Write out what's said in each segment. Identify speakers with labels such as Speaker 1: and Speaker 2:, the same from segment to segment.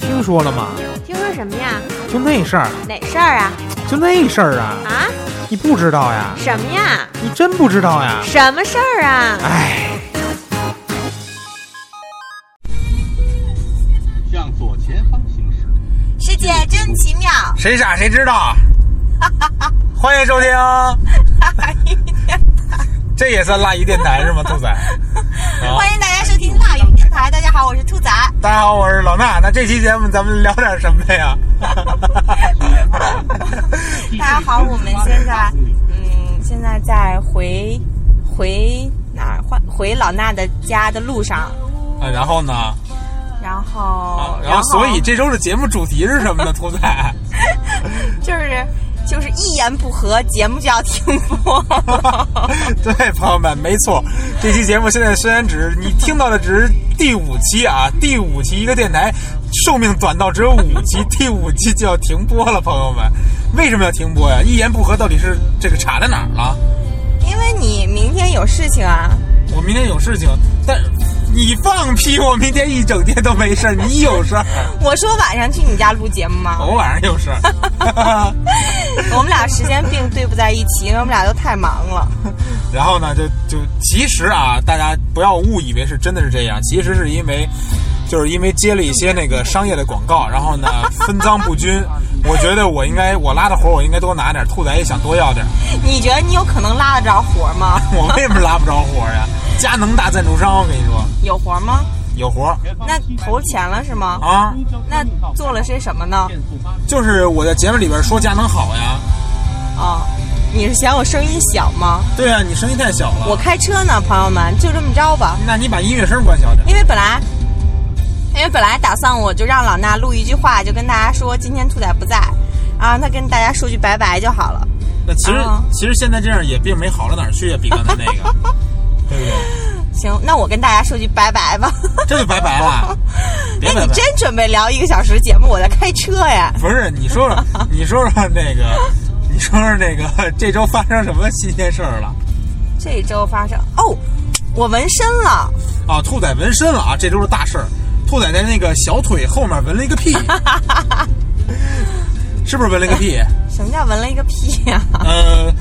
Speaker 1: 听说了吗？
Speaker 2: 听说什么呀？
Speaker 1: 就那事儿，
Speaker 2: 哪事儿啊？
Speaker 1: 就那事儿啊，
Speaker 2: 啊？
Speaker 1: 你不知道呀？
Speaker 2: 什么呀？
Speaker 1: 你真不知道呀？
Speaker 2: 什么事儿啊？
Speaker 1: 哎，
Speaker 3: 向左前方行驶。
Speaker 4: 世界真奇妙，
Speaker 1: 谁傻谁知 道。欢迎收听，哎这也算辣鱼电台是吗？兔仔，好
Speaker 4: 欢迎大家收听辣语电台。大家好，我是兔 仔。
Speaker 1: 大家好，我是老衲。那这期节目咱们聊点什么呀？
Speaker 4: 大家好，我们现在嗯，现在在回回哪儿？回回老衲的家的路上，
Speaker 1: 啊，然后呢？
Speaker 4: 然后
Speaker 1: 啊，然后所以这周的节目主题是什么呢？兔仔，
Speaker 4: 就是就是一言不合，节目就要停播。
Speaker 1: 对，朋友们，没错，这期节目现在虽然只是你听到的只是第五期啊，第五期一个电台寿命短到只有五期，第五期就要停播了，朋友们，为什么要停播呀？ 一言不合到底是这个卡在哪儿了？
Speaker 4: 因为你明天有事情啊，
Speaker 1: 我明天有事情，但 你放屁，我明天一整天都没事儿，你有 事儿，
Speaker 4: 我说晚上去你家录节目吗？
Speaker 1: 我晚上有事儿。
Speaker 4: 我们俩时间并对不在一起，因为我们俩都太忙了。
Speaker 1: 然后呢，就就其实啊，大家不要误以为是真的是这样，其实是因为，就是因为接了一些那个商业的广告，然后呢分赃不均。我觉得我应该我拉的活儿我应该多拿点儿，兔仔也想多要点儿。
Speaker 4: 你觉得你有可能拉得着活吗？
Speaker 1: 我为什么拉不着活儿呀？佳能大赞助商，我跟你说
Speaker 4: 有活吗？
Speaker 1: 有活儿
Speaker 4: 那投钱了是吗？
Speaker 1: 啊，
Speaker 4: 那做了些什么呢？
Speaker 1: 就是我在节目里边说佳能好呀。
Speaker 4: 哦，你是嫌我声音小吗？
Speaker 1: 对啊，你声音太小了。
Speaker 4: 我开车呢，朋友们，就这么着吧。
Speaker 1: 那你把音乐声关小点儿。
Speaker 4: 因为本来，因为本来打算我就让老衲录一句话，就跟大家说今天兔仔不在，然后他跟大家说句拜拜就好了。
Speaker 1: 那其实、
Speaker 4: 啊
Speaker 1: 其实现在这样也并没好到哪儿去呀，比刚才那个，对不对？
Speaker 4: 行，那我跟大家说句拜拜吧。
Speaker 1: 这就拜拜了，别拜
Speaker 4: 那你
Speaker 1: 拜。
Speaker 4: 真准备聊一个小时节目？我在开车呀。
Speaker 1: 不是，你说说，你说说那个，你说说那个这周发生什么新鲜事儿了？
Speaker 4: 这周发生哦，我纹身了。
Speaker 1: 啊，兔仔纹身了啊，这周是大事儿。兔仔在那个小腿后面纹了一个屁，是不是纹了个屁？
Speaker 4: 什么叫纹了一个屁呀、
Speaker 1: 呃，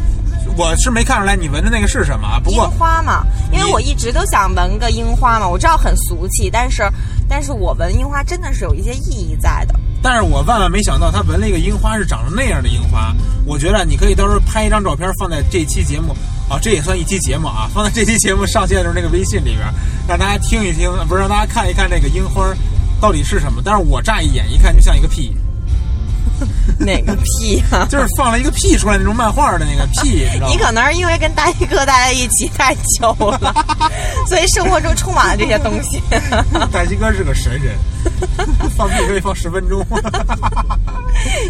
Speaker 1: 我是没看出来你纹的那个是什么啊，不
Speaker 4: 樱
Speaker 1: 过
Speaker 4: 花嘛，因为
Speaker 1: 你
Speaker 4: 我一直都想纹个樱花嘛，我知道很俗气，但是但是我纹樱花真的是有一些意义在 的。
Speaker 1: 但是我万万没想到，他纹了一个樱花是长成那样的樱花。我觉得你可以到时候拍一张照片放在这期节目，啊，这也算一期节目啊，放在这期节目上线的时候那个微信里边，让大家听一听，不是让大家看一看那个樱花到底是什么。但是我乍一眼一看就像一个屁，
Speaker 4: 哪个屁呀、
Speaker 1: 就是放了一个屁出来那种漫画的那个屁，你知道
Speaker 4: 你
Speaker 1: 吗？
Speaker 4: 可能是因为跟大衣哥待在一起太久 了，所以生活中充满了这些东 西。
Speaker 1: 大鸡哥是个神人，放屁可以放十分钟。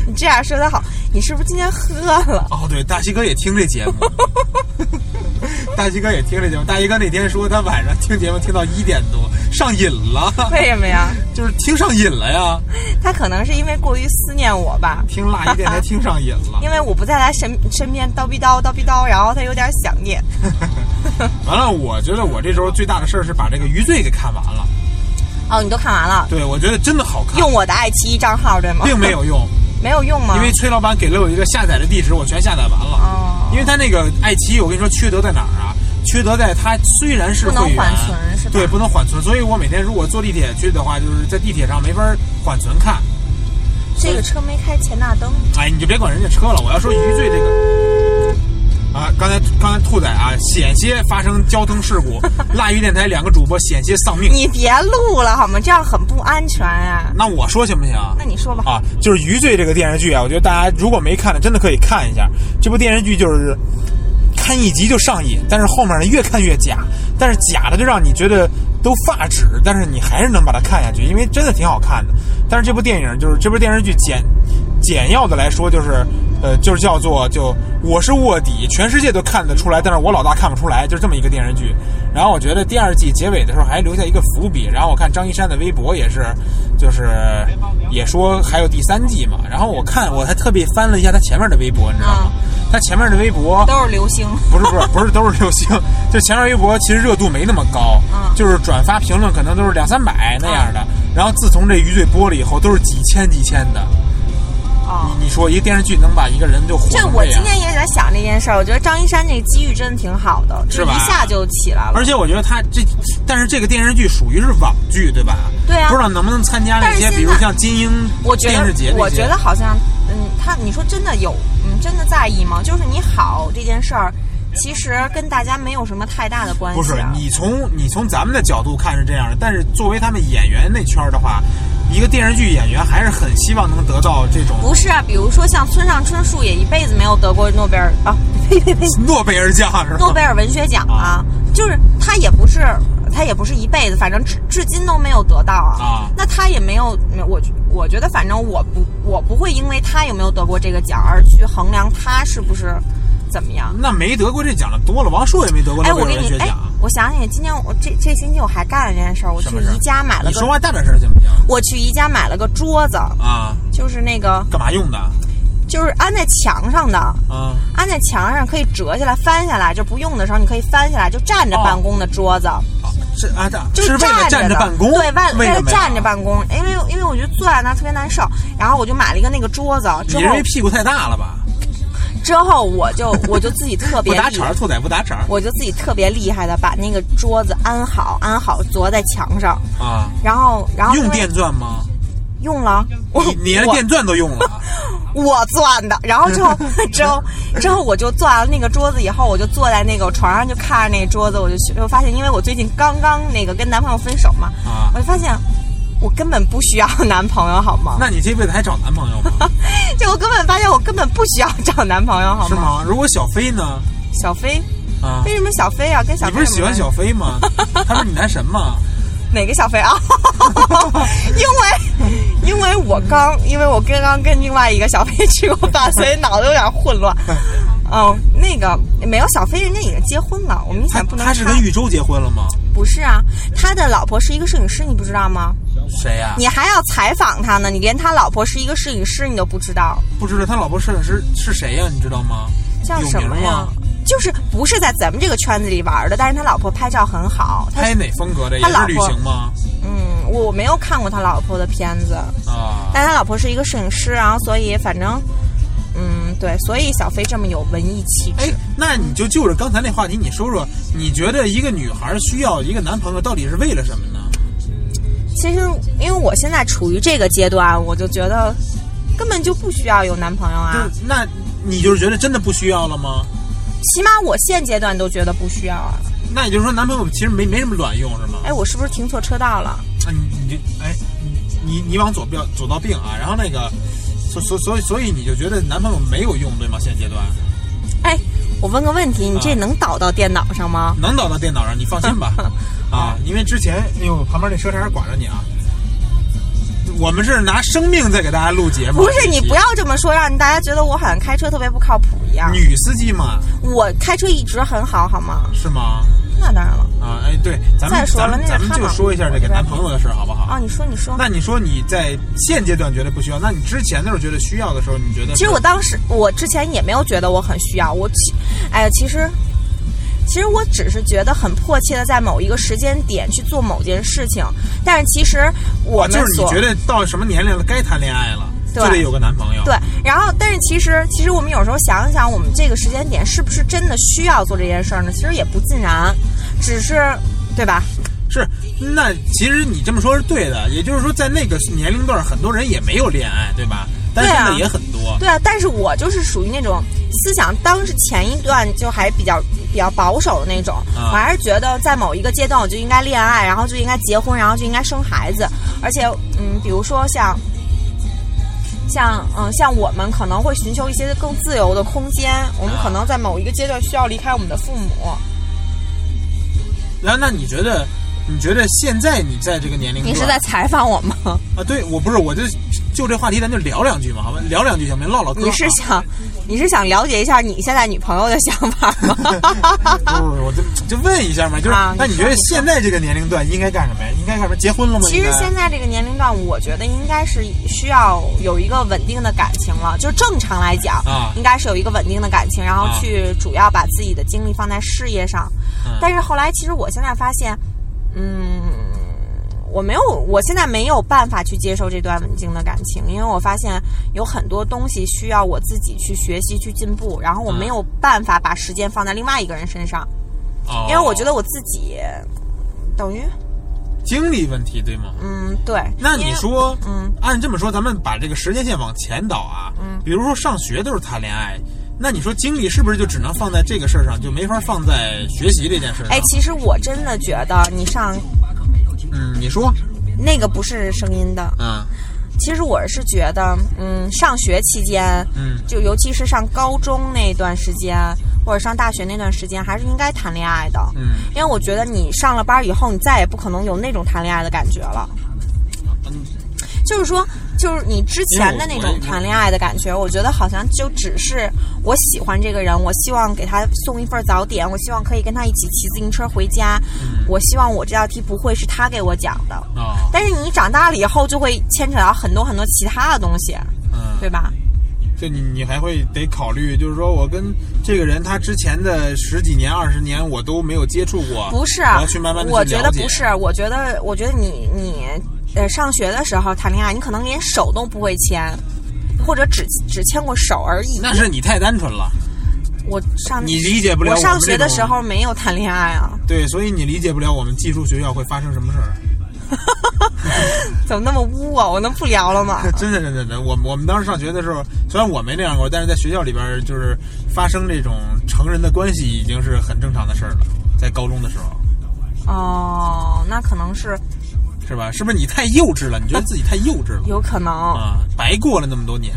Speaker 4: 你这样说的好，你是不是今天喝了？
Speaker 1: 哦，对，大西哥也听这节 目，大西哥也听这节目。大西哥那天说他晚上听节目听到一点多，上瘾 了，
Speaker 4: 为什么呀？
Speaker 1: 就是听上瘾了呀，
Speaker 4: 他可能是因为过于思念我吧，
Speaker 1: 听辣一 电台听上瘾了。
Speaker 4: 因为我不在他身身边叨逼叨叨逼叨，然后他有点想念。
Speaker 1: 完了，我觉得我这周最大的事儿是把这个《余罪》给看完了。
Speaker 4: 哦，你都看完了，
Speaker 1: 对，我觉得真的好看，
Speaker 4: 用我的爱奇艺账号对吗？
Speaker 1: 并没有 用，
Speaker 4: 没有用吗？
Speaker 1: 因为崔老板给了我一个下载的地址，我全下载完了。
Speaker 4: 哦
Speaker 1: 因为他那个爱奇艺，我跟你说缺德在哪儿啊？缺德在它虽然是
Speaker 4: 不能
Speaker 1: 会员
Speaker 4: 缓存是吧
Speaker 1: 对，不能缓存，所以我每天如果坐地铁去的话，就是在地铁上没法缓存看。
Speaker 4: 这个车没开前大灯，
Speaker 1: 哎，你就别管人家车了，我要说余罪这个。啊，刚才刚才兔仔啊，险些发生交通事故，辣鱼电台两个主播险些丧命。
Speaker 4: 你别录了好吗？这样很不安全啊。
Speaker 1: 那我说行不行啊？
Speaker 4: 那你说吧，
Speaker 1: 啊，就是《余罪》这个电视剧啊，我觉得大家如果没看的，真的可以看一下。这部电视剧就是看一集就上瘾，但是后面呢越看越假，但是假的就让你觉得都发指，但是你还是能把它看下去，因为真的挺好看的。但是这部电影就是这部电视剧简简要的来说，就是呃，就是叫做就我是卧底，全世界都看得出来，但是我老大看不出来，就是这么一个电视剧。然后我觉得第二季结尾的时候还留下一个伏笔，然后我看张一山的微博也是，就是也说还有第三季嘛。然后我看我还特别翻了一下他前面的微博，你知道吗？他前面的微博
Speaker 4: 都是流星。
Speaker 1: 不是不是不是都是流 星，就前面微博其实热度没那么高，
Speaker 4: 嗯
Speaker 1: 就是转发评论可能都是两三百那样的。然后自从这余罪播了以后，都是几千几千的。
Speaker 4: 哦，
Speaker 1: 你你说一个电视剧能把一个人就火
Speaker 4: 这
Speaker 1: 成
Speaker 4: 我
Speaker 1: 这
Speaker 4: 今
Speaker 1: 样？
Speaker 4: 天也在想这件事儿，我觉得张一山这个机遇真的挺好的，
Speaker 1: 是
Speaker 4: 就
Speaker 1: 吧
Speaker 4: 一下就起来了
Speaker 1: 而。且我觉得他这，但是这个电视剧属于是网剧，对吧？
Speaker 4: 对啊
Speaker 1: 不知道能不能参加那
Speaker 4: 但是
Speaker 1: 些，
Speaker 4: 现在
Speaker 1: 比如像金鹰
Speaker 4: 我觉
Speaker 1: 电视节
Speaker 4: 得，我
Speaker 1: 这些
Speaker 4: 觉得好像，嗯，他你说真的有，嗯，真的在意吗？就是你好这件事儿，其实跟大家没有什么太大的关系、
Speaker 1: 不
Speaker 4: 啊。
Speaker 1: 是你从你从咱们的角度看是这样的，但是作为他们演员那圈儿的话，一个电视剧演员还是很希望能得到这种
Speaker 4: 不是啊，比如说像村上春树也一辈子没有得过诺贝尔啊，呸呸呸，
Speaker 1: 诺贝尔奖，是吧？
Speaker 4: 诺贝尔文学奖啊，就是他也不是他也不是一辈子，反正至至今都没有得到啊。
Speaker 1: 啊
Speaker 4: 那他也没有，我我觉得反正我不我不会因为他有没有得过这个奖而去衡量他是不是怎么 样。
Speaker 1: 那没得过这奖的多了，王朔也没得过
Speaker 4: 哎，
Speaker 1: 诺贝
Speaker 4: 我
Speaker 1: 尔
Speaker 4: 给
Speaker 1: 文
Speaker 4: 你
Speaker 1: 学
Speaker 4: 哎
Speaker 1: 奖。，
Speaker 4: 我想起今天我这这星期我还干了件事儿，我
Speaker 1: 什
Speaker 4: 去
Speaker 1: 么事儿
Speaker 4: 宜家买哎了
Speaker 1: 你
Speaker 4: 个
Speaker 1: 说，话大点声行不行？
Speaker 4: 我去宜家买了个桌子，
Speaker 1: 啊，
Speaker 4: 就是那个
Speaker 1: 干嘛用的？
Speaker 4: 就是安在墙上的，
Speaker 1: 啊，
Speaker 4: 安在墙上可以折下来、翻下来，就不用的时候你可以翻下来，就站着
Speaker 1: 哦
Speaker 4: 办公的桌子，
Speaker 1: 是啊，这
Speaker 4: 就是
Speaker 1: 为了
Speaker 4: 站
Speaker 1: 站着
Speaker 4: 着的
Speaker 1: 办公，为
Speaker 4: 对，为为了
Speaker 1: 什么呀
Speaker 4: 站着。办公，因为因为我觉得坐在那儿特别难受，然后我就买了一个那个桌子，之
Speaker 1: 你是因
Speaker 4: 后
Speaker 1: 为屁股太大了吧？
Speaker 4: 之后我就我就自己特
Speaker 1: 不
Speaker 4: 别
Speaker 1: 打
Speaker 4: 厉
Speaker 1: 茬儿，
Speaker 4: 害，
Speaker 1: 兔崽不打茬儿
Speaker 4: 我就自己特别厉害的把那个桌子安好，安好坐在墙上，
Speaker 1: 啊！
Speaker 4: 然后然后因
Speaker 1: 用
Speaker 4: 为
Speaker 1: 电钻吗？
Speaker 4: 用了，我
Speaker 1: 你你连
Speaker 4: 我
Speaker 1: 电钻都用 了，
Speaker 4: 我钻的，然后之 后之后之后我就坐完那个桌子以后，我就坐在那个床上就看着那个桌子，我就去就发现，因为我最近刚刚那个跟男朋友分手嘛，
Speaker 1: 啊
Speaker 4: 我就发现我根本不需要 男朋友，好吗？
Speaker 1: 那你这辈子还找男朋友吗？
Speaker 4: 就我根本发现我根本不需要找男朋友，好
Speaker 1: 是
Speaker 4: 吗？
Speaker 1: 吗？如果小飞呢？
Speaker 4: 小飞，
Speaker 1: 啊，
Speaker 4: 为什么小飞啊？跟小
Speaker 1: 你
Speaker 4: 飞
Speaker 1: 不是喜欢
Speaker 4: 有
Speaker 1: 小飞 吗？他是你男神吗？
Speaker 4: 关系哪个小飞啊？ 因为因为我刚因为我刚刚跟另外一个小飞去过饭，所以脑子有点混乱。
Speaker 1: 哎
Speaker 4: 哦，那个没有小飞，人家已经结婚了，我明
Speaker 1: 他
Speaker 4: 显不能
Speaker 1: 他是
Speaker 4: 插
Speaker 1: 跟豫州结婚了吗？
Speaker 4: 不是啊，他的老婆是一个摄影师，你不知道吗？
Speaker 1: 谁呀？
Speaker 4: 你还要采访他呢，你连他老婆是一个摄影师你都不知道，
Speaker 1: 不知道他老婆摄影师是谁呀？你知道吗？
Speaker 4: 叫
Speaker 1: 有
Speaker 4: 什
Speaker 1: 名
Speaker 4: 么呀
Speaker 1: 吗？？
Speaker 4: 就是不是在咱们这个圈子里玩的，但是他老婆拍照很好。他
Speaker 1: 拍哪风格的？也
Speaker 4: 他
Speaker 1: 是
Speaker 4: 老
Speaker 1: 旅
Speaker 4: 婆
Speaker 1: 行吗？
Speaker 4: 嗯，我没有看过他老婆的片子，
Speaker 1: 啊，
Speaker 4: 但他老婆是一个摄影师，然后所以反正，嗯，对，所以小飞这么有文艺气
Speaker 1: 哎
Speaker 4: 质，，
Speaker 1: 那你就就着刚才那话题，你说说，你觉得一个女孩需要一个男朋友到底是为了什么呢？
Speaker 4: 其实因为我现在处于这个阶段，我就觉得根本就不需要有男朋友啊，
Speaker 1: 就是那你就是觉得真的不需要了吗？
Speaker 4: 起码我现阶段都觉得不需要啊。
Speaker 1: 那也就是说，男朋友其实没没什么卵用是吗？
Speaker 4: 哎，我是不是停错车道了？
Speaker 1: 啊，你你这哎，你你你往左标左到病啊，然后那个，所所所以所以你就觉得男朋友没有用对吗？现阶段
Speaker 4: 哎，我问个问题，你这能导到电脑上吗？
Speaker 1: 能导到电脑上，你放心 吧，啊，因为之前哎呦旁边那车差点剐着你啊，我们是拿生命在给大家录节目，
Speaker 4: 不是，你不要这么说，让大家觉得我好像开车特别不靠谱一样。
Speaker 1: 女司机嘛，
Speaker 4: 我开车一直很好，好吗？
Speaker 1: 是吗？
Speaker 4: 那当然了。
Speaker 1: 啊，哎，对，咱
Speaker 4: 再
Speaker 1: 们
Speaker 4: 说
Speaker 1: 咱
Speaker 4: 了
Speaker 1: 们
Speaker 4: 那个
Speaker 1: 咱们
Speaker 4: 他
Speaker 1: 就
Speaker 4: 嘛
Speaker 1: 说一下这个男朋友的事儿好不好？
Speaker 4: 哦，你说，你说。
Speaker 1: 那你说你在现阶段觉得不需要，那你之前的时候觉得需要的时候，你觉得
Speaker 4: 其实
Speaker 1: 是
Speaker 4: 我当时，我之前也没有觉得我很需要，我其，哎呀，其实，其实我只是觉得很迫切的在某一个时间点去做某件事情，但是其实我
Speaker 1: 啊
Speaker 4: 们
Speaker 1: 就
Speaker 4: 所、
Speaker 1: 是你觉得到什么年龄了该谈恋爱了，就
Speaker 4: 对
Speaker 1: 得有个男朋友。
Speaker 4: 对，然后但是其实其实我们有时候想一想，我们这个时间点是不是真的需要做这件事儿呢？其实也不尽然，只是对吧？
Speaker 1: 是，那其实你这么说是对的，也就是说在那个年龄段，很多人也没有恋爱，对吧？单身
Speaker 4: 对
Speaker 1: 的
Speaker 4: 啊
Speaker 1: 也很多。
Speaker 4: 对啊，但是我就是属于那种思想当时前一段就还比较比较保守的那种，
Speaker 1: 啊
Speaker 4: 我还是觉得在某一个阶段我就应该恋爱，然后就应该结婚，然后就应该生孩子，而且嗯，比如说像。像嗯，像我们可能会寻求一些更自由的空间，我们
Speaker 1: 啊
Speaker 4: 可能在某一个阶段需要离开我们的父母。
Speaker 1: 然后，那你觉得，你觉得现在你在这个年龄段，
Speaker 4: 你是在采访我吗？
Speaker 1: 啊？对，我不是，我就就这话题，咱就聊两句嘛，好吧？聊两句行不行？唠唠嗑啊。
Speaker 4: 你是想，你是想了解一下你现在女朋友的想法吗？
Speaker 1: 不是，我就就问一下嘛，就是、
Speaker 4: 啊
Speaker 1: 那
Speaker 4: 你
Speaker 1: 你
Speaker 4: 说
Speaker 1: 觉得
Speaker 4: 你说
Speaker 1: 现在这个年龄段应该干什么呀？应该干什么？结婚了吗？
Speaker 4: 其
Speaker 1: 应
Speaker 4: 实
Speaker 1: 该
Speaker 4: 现在这个年龄段，我觉得应该是需要有一个稳定的感情了。就是正常来讲，
Speaker 1: 啊
Speaker 4: 应该是有一个稳定的感情，然后
Speaker 1: 啊
Speaker 4: 去主要把自己的精力放在事业上。
Speaker 1: 嗯
Speaker 4: 但是后来，其实我现在发现，嗯，我没有，我现在没有办法去接受这段稳定的感情，因为我发现有很多东西需要我自己去学习、去进步，然后我没有办法把时间放在另外一个人身上，
Speaker 1: 啊哦
Speaker 4: 因为我觉得我自己等于
Speaker 1: 精力问题对吗？
Speaker 4: 嗯对。
Speaker 1: 那你
Speaker 4: 因为
Speaker 1: 说，
Speaker 4: 嗯，
Speaker 1: 按这么说，咱们把这个时间线往前倒啊，嗯，比如说上学都是谈恋爱，那你说精力是不是就只能放在这个事儿上，就没法放在学习这件事上？
Speaker 4: 哎，其实我真的觉得你上
Speaker 1: 嗯，你说，
Speaker 4: 那个不是声音的，
Speaker 1: 嗯
Speaker 4: 其实我是觉得，嗯，上学期间，
Speaker 1: 嗯
Speaker 4: 就尤其是上高中那段时间，或者上大学那段时间，还是应该谈恋爱的。
Speaker 1: 嗯
Speaker 4: 因为我觉得你上了班以后，你再也不可能有那种谈恋爱的感觉了。
Speaker 1: 嗯，
Speaker 4: 就是说，就是你之前的那
Speaker 1: 因为我
Speaker 4: 种谈恋爱的感觉，我觉得好像就只是我喜欢这个人，我希望给他送一份早点，我希望可以跟他一起骑自行车回家，
Speaker 1: 嗯
Speaker 4: 我希望我这道题不会是他给我讲的。
Speaker 1: 哦，
Speaker 4: 但是你长大了以后，就会牵扯到很多很多其他的东西，
Speaker 1: 嗯，
Speaker 4: 对吧？
Speaker 1: 就你你还会得考虑，就是说我跟这个人他之前的十几年、二十年我都没有接触过，
Speaker 4: 不是啊
Speaker 1: 我要去慢慢，的
Speaker 4: 我觉得不是，啊我觉得，我觉得你你呃上学的时候谈恋爱，你可能连手都不会牵，或者只只牵过手而已。
Speaker 1: 那是你太单纯了，
Speaker 4: 我上
Speaker 1: 你理解不了
Speaker 4: 我
Speaker 1: 我
Speaker 4: 上
Speaker 1: 们
Speaker 4: 学
Speaker 1: 这
Speaker 4: 的
Speaker 1: 种
Speaker 4: 时候没有谈恋爱啊，
Speaker 1: 对，所以你理解不了我们技术学校会发生什么事儿。
Speaker 4: 怎么那么污啊？我能不聊了 吗
Speaker 1: 那？真的真的真的，我们我们当时上学的时候，虽然我没那样过，但是在学校里边儿就是发生这种成人的关系已经是很正常的事儿了，在高中的时候，
Speaker 4: 哦，那可能是
Speaker 1: 是吧？是不是你太幼稚了？你觉得自己太幼稚了
Speaker 4: 有可能。
Speaker 1: 啊？白过了那么多年，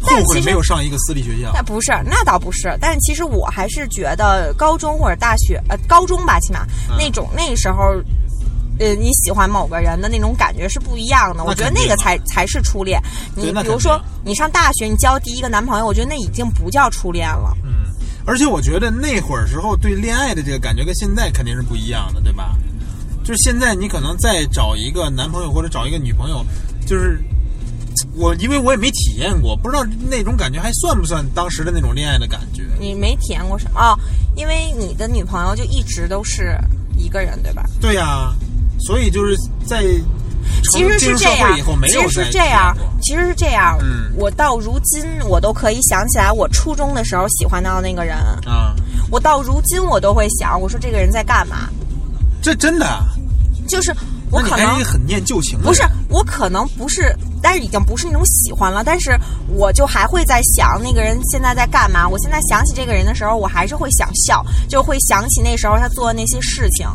Speaker 1: 后
Speaker 4: 但
Speaker 1: 悔
Speaker 4: 其实
Speaker 1: 没有上一个私立学校
Speaker 4: 那不是，那倒不是，但是其实我还是觉得高中或者大学，呃，高中吧，起码、
Speaker 1: 嗯
Speaker 4: 那种那时候，呃，你喜欢某个人的那种感觉是不一样的。我觉得
Speaker 1: 肯定
Speaker 4: 那个
Speaker 1: 嘛
Speaker 4: 才才是初恋。
Speaker 1: 对
Speaker 4: 你
Speaker 1: 那
Speaker 4: 比
Speaker 1: 肯
Speaker 4: 如说
Speaker 1: 定，
Speaker 4: 你上大学，你交第一个男朋友，我觉得那已经不叫初恋了。
Speaker 1: 嗯，而且我觉得那会儿时候对恋爱的这个感觉跟现在肯定是不一样的，对吧？就是现在你可能再找一个男朋友或者找一个女朋友，就是我因为我也没体验过，不知道那种感觉还算不算当时的那种恋爱的感觉。
Speaker 4: 你没体验过什么哦？因为你的女朋友就一直都是一个人，对吧？
Speaker 1: 对呀、所以就是在
Speaker 4: 其实
Speaker 1: 进
Speaker 4: 是
Speaker 1: 入
Speaker 4: 这
Speaker 1: 社
Speaker 4: 样
Speaker 1: 会以后，没
Speaker 4: 其
Speaker 1: 有
Speaker 4: 实是
Speaker 1: 再
Speaker 4: 这样
Speaker 1: 体验过，
Speaker 4: 其实是这样。
Speaker 1: 嗯
Speaker 4: 我到如今我都可以想起来，我初中的时候喜欢到的那个人。
Speaker 1: 啊，
Speaker 4: 我到如今我都会想，我说这个人在干嘛？
Speaker 1: 这真的，啊
Speaker 4: 就是我
Speaker 1: 那你还
Speaker 4: 可
Speaker 1: 是
Speaker 4: 能
Speaker 1: 一个很念旧情的
Speaker 4: 不是
Speaker 1: 人，
Speaker 4: 我可能不是，但是已经不是那种喜欢了，但是我就还会在想那个人现在在干嘛。我现在想起这个人的时候，我还是会想笑，就会想起那时候他做的那些事情，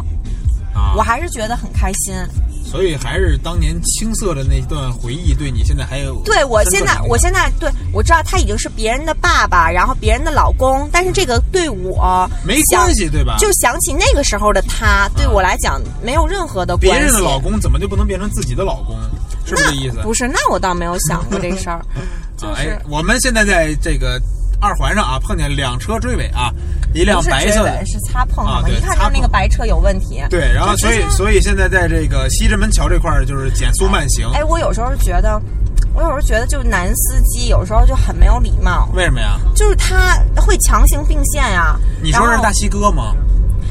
Speaker 1: 啊
Speaker 4: 我还是觉得很开心。
Speaker 1: 所以还是当年青涩的那段回忆，对你现在还有
Speaker 4: 对我现在
Speaker 1: 深刻的影响
Speaker 4: 我现在对我知道他已经是别人的爸爸，然后别人的老公，但是这个对我
Speaker 1: 没
Speaker 4: 想
Speaker 1: 关系，对吧？啊
Speaker 4: 就想起那个时候的他，对我来讲没有任何的关系。
Speaker 1: 别人的老公怎么就不能变成自己的老公？是不是这意思？啊
Speaker 4: 不是，那我倒没有想过这 事儿，就
Speaker 1: 哎
Speaker 4: 是。，
Speaker 1: 我们现在在这个二环上啊，碰见两车追尾啊，一辆
Speaker 4: 不是
Speaker 1: 白
Speaker 4: 追
Speaker 1: 色的
Speaker 4: 尾，是擦碰好
Speaker 1: 啊
Speaker 4: 吗？
Speaker 1: 对
Speaker 4: 一看就是那
Speaker 1: 擦
Speaker 4: 个
Speaker 1: 碰
Speaker 4: 白车有问题。
Speaker 1: 对，然后
Speaker 4: 就
Speaker 1: 所
Speaker 4: 之
Speaker 1: 以
Speaker 4: 前
Speaker 1: 所以现在在这个西直门桥这块儿就是减速慢行，
Speaker 4: 哎，我有时候觉得，我有时候觉得，就是男司机有时候就很没有礼貌，
Speaker 1: 为什么呀？
Speaker 4: 就是他会强行并线呀、
Speaker 1: 你说
Speaker 4: 然
Speaker 1: 是
Speaker 4: 后
Speaker 1: 大西哥吗？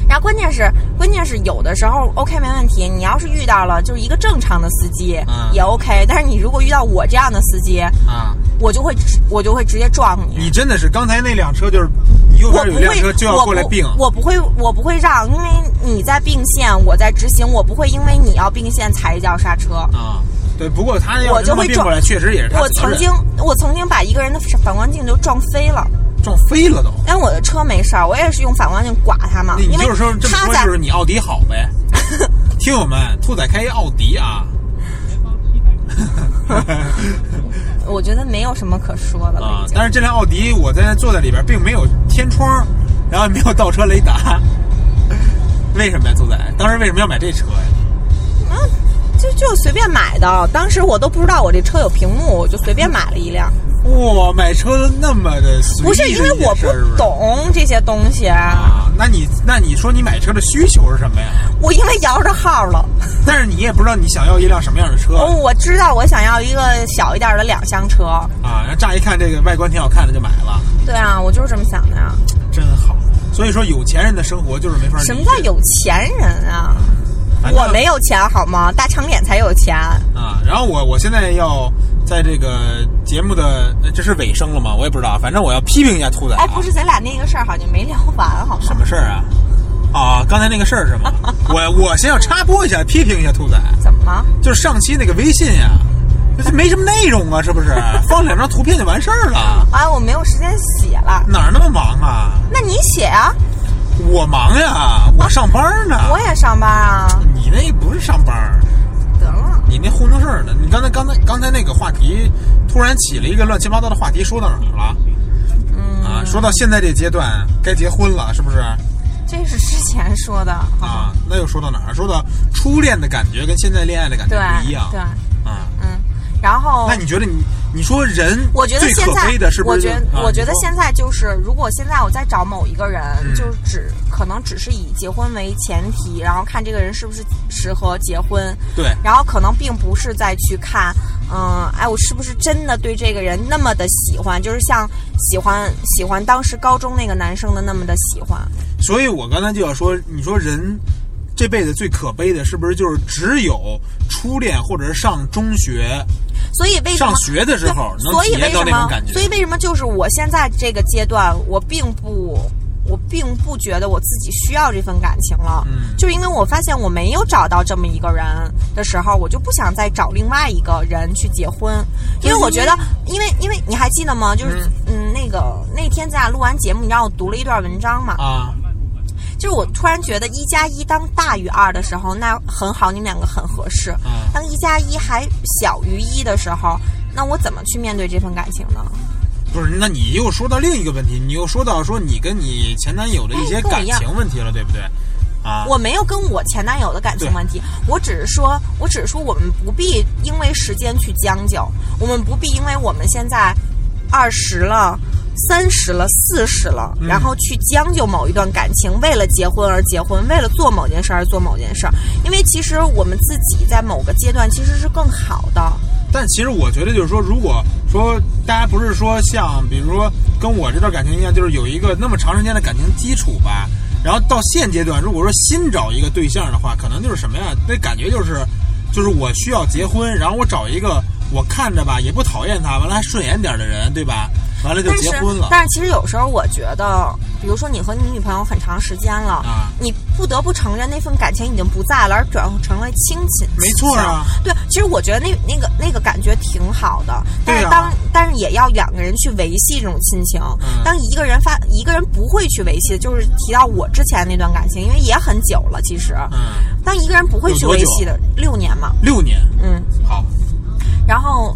Speaker 4: 然后关键是，关键是有的时候 OK 没问题，你要是遇到了就是一个正常的司机、
Speaker 1: 嗯
Speaker 4: 也 OK，但是你如果遇到我这样的司机，
Speaker 1: 啊，
Speaker 4: 我就会直我就会直接撞你。
Speaker 1: 你真的是刚才那辆车就是右
Speaker 4: 我
Speaker 1: 边
Speaker 4: 不
Speaker 1: 有一辆
Speaker 4: 会
Speaker 1: 车，就要过来并，
Speaker 4: 我不，我不会，我不会让，因为你在并线，我在直行，我不会因为你要并线踩一脚刹车。
Speaker 1: 啊，对，不过他要
Speaker 4: 我
Speaker 1: 是这
Speaker 4: 就
Speaker 1: 么
Speaker 4: 会
Speaker 1: 并过来，
Speaker 4: 撞
Speaker 1: 确实也是他
Speaker 4: 我
Speaker 1: 责
Speaker 4: 曾
Speaker 1: 任
Speaker 4: 经，我曾经把一个人的反光镜就撞飞了，
Speaker 1: 撞飞了都。
Speaker 4: 但我的车没事儿，我也是用反光镜刮他嘛，
Speaker 1: 那你
Speaker 4: 因为
Speaker 1: 就是说这么
Speaker 4: 他
Speaker 1: 说
Speaker 4: 在
Speaker 1: 就是你奥迪好 呗？听友们，兔仔开一奥迪啊！
Speaker 4: 我觉得没有什么可说的了
Speaker 1: 啊
Speaker 4: 已，经。
Speaker 1: 但是这辆奥迪我在坐在里边，并没有天窗，然后也没有倒车雷达， 为什么呀，兔仔？当时为什么要买这车呀？
Speaker 4: 嗯就就随便买的，当时我都不知道我这车有屏幕，我就随便买了一辆。
Speaker 1: 哇，买车都那么的随意
Speaker 4: 不是因为
Speaker 1: 的一件
Speaker 4: 我
Speaker 1: 事
Speaker 4: 不
Speaker 1: 儿是是
Speaker 4: 懂这些东西，
Speaker 1: 啊。那你那你说你买车的需求是什么呀？
Speaker 4: 我因为摇着号了。
Speaker 1: 但是你也不知道你想要一辆什么样的车、
Speaker 4: 哦，我知道我想要一个小一点的两厢车。
Speaker 1: 啊。然后乍一看这个外观挺好看的就买了，
Speaker 4: 对啊，我就是这么想的呀。
Speaker 1: 真好。所以说有钱人的生活就是没法理解。
Speaker 4: 什么叫有钱人啊？
Speaker 1: 反正
Speaker 4: 我我没有钱好吗？大长脸才有钱。
Speaker 1: 啊，然后我我现在要在这个节目的呃这是尾声了吗？我也不知道，反正我要批评一下兔仔、啊。
Speaker 4: 哎，不是，咱俩那个事儿好像没聊完，好
Speaker 1: 什
Speaker 4: 吗？
Speaker 1: 么事儿啊？啊，刚才那个事儿是吗？ 我我先要插播一下，批评一下兔仔，
Speaker 4: 怎么了？
Speaker 1: 就是上期那个微信呀、这没什么内容啊，是不是？ 放两张图片就完事儿了，
Speaker 4: 哎，我没有时间写了。
Speaker 1: 哪儿那么忙啊？
Speaker 4: 那你写啊，
Speaker 1: 我忙呀，我上班呢。
Speaker 4: 我也上班啊。
Speaker 1: 你那不是上班儿，
Speaker 4: 得了，
Speaker 1: 你那糊弄事儿呢。你刚才刚才刚才那个话题突然起了一个乱七八糟的话题，说到哪儿了？
Speaker 4: 嗯，
Speaker 1: 啊，说到现在这阶段该结婚了，是不是？
Speaker 4: 这是之前说的，好吗？
Speaker 1: 啊，那又说到哪儿？说到初恋的感觉跟现在恋爱的感觉
Speaker 4: 对
Speaker 1: 不一样。
Speaker 4: 对，
Speaker 1: 啊，
Speaker 4: 嗯。然后
Speaker 1: 那，你觉得你你说人
Speaker 4: 我觉得
Speaker 1: 最
Speaker 4: 现
Speaker 1: 可
Speaker 4: 在
Speaker 1: 悲的是，不是
Speaker 4: 我
Speaker 1: 就？
Speaker 4: 觉得、
Speaker 1: 啊
Speaker 4: 我觉得
Speaker 1: 你说
Speaker 4: 现在就是，如果现在我再找某一个人，
Speaker 1: 嗯
Speaker 4: 就只可能只是以结婚为前提，然后看这个人是不是适合结婚，
Speaker 1: 对
Speaker 4: 然后可能并不是再去看，嗯，哎，我是不是真的对这个人那么的喜欢，就是像喜欢喜欢当时高中那个男生的那么的喜欢，
Speaker 1: 所以我刚才就要说，你说人这辈子最可悲的是不是就是只有初恋或者是上中学
Speaker 4: 所以为什么
Speaker 1: 上学的时候
Speaker 4: 对
Speaker 1: 能
Speaker 4: 所以
Speaker 1: 体验
Speaker 4: 为
Speaker 1: 到
Speaker 4: 什
Speaker 1: 那种
Speaker 4: 么
Speaker 1: 感觉？
Speaker 4: 所以为什么就是我现在这个阶段，我并不。我并不觉得我自己需要这份感情了，
Speaker 1: 嗯
Speaker 4: 就是因为我发现我没有找到这么一个人的时候，我就不想再找另外一个人去结婚，因为我觉得，因为因为你还记得吗？就是嗯那个那天咱俩录完节目，你让我读了一段文章嘛，
Speaker 1: 啊，
Speaker 4: 就是我突然觉得一加一当大于二的时候，那很好，你们两个很合适。
Speaker 1: 嗯
Speaker 4: 当一加一还小于一的时候，那我怎么去面对这份感情呢？
Speaker 1: 不是，那你又说到另一个问题，你又说到说你跟你前男友的一些
Speaker 4: 哎跟我
Speaker 1: 感
Speaker 4: 一样
Speaker 1: 情问题了，对不对？啊，
Speaker 4: 我没有跟我前男友的感情问题，我只是说，我只是说，我们不必因为时间去将就，我们不必因为我们现在二十了、三十了、四十了，然后去将就某一段感情，为了结婚而结婚，为了做某件事而做某件事儿。因为其实我们自己在某个阶段其实是更好的，
Speaker 1: 但其实我觉得就是说，如果说大家不是说像比如说跟我这段感情一样，就是有一个那么长时间的感情基础吧，然后到现阶段，如果说新找一个对象的话，可能就是什么呀？那感觉就是，就是我需要结婚，然后我找一个我看着吧也不讨厌他，完了还顺眼点的人，对吧？完了就
Speaker 4: 但
Speaker 1: 结
Speaker 4: 是
Speaker 1: 婚了。
Speaker 4: 但是其实有时候我觉得，比如说你和你女朋友很长时间了，
Speaker 1: 啊
Speaker 4: 你不得不承认那份感情已经不在了，而转成为亲情。
Speaker 1: 没错啊
Speaker 4: 亲情，对，其实我觉得那那个那个感觉挺好的，但
Speaker 1: 对
Speaker 4: 是
Speaker 1: 啊
Speaker 4: 当、但是也要两个人去维系这种亲情。
Speaker 1: 嗯
Speaker 4: 当一个人发一个人不会去维系，就是提到我之前那段感情，因为也很久了，其实。
Speaker 1: 嗯，
Speaker 4: 当一个人不会去
Speaker 1: 有多
Speaker 4: 维
Speaker 1: 久啊
Speaker 4: 系的，六年嘛，
Speaker 1: 六年，
Speaker 4: 嗯，
Speaker 1: 好，
Speaker 4: 然后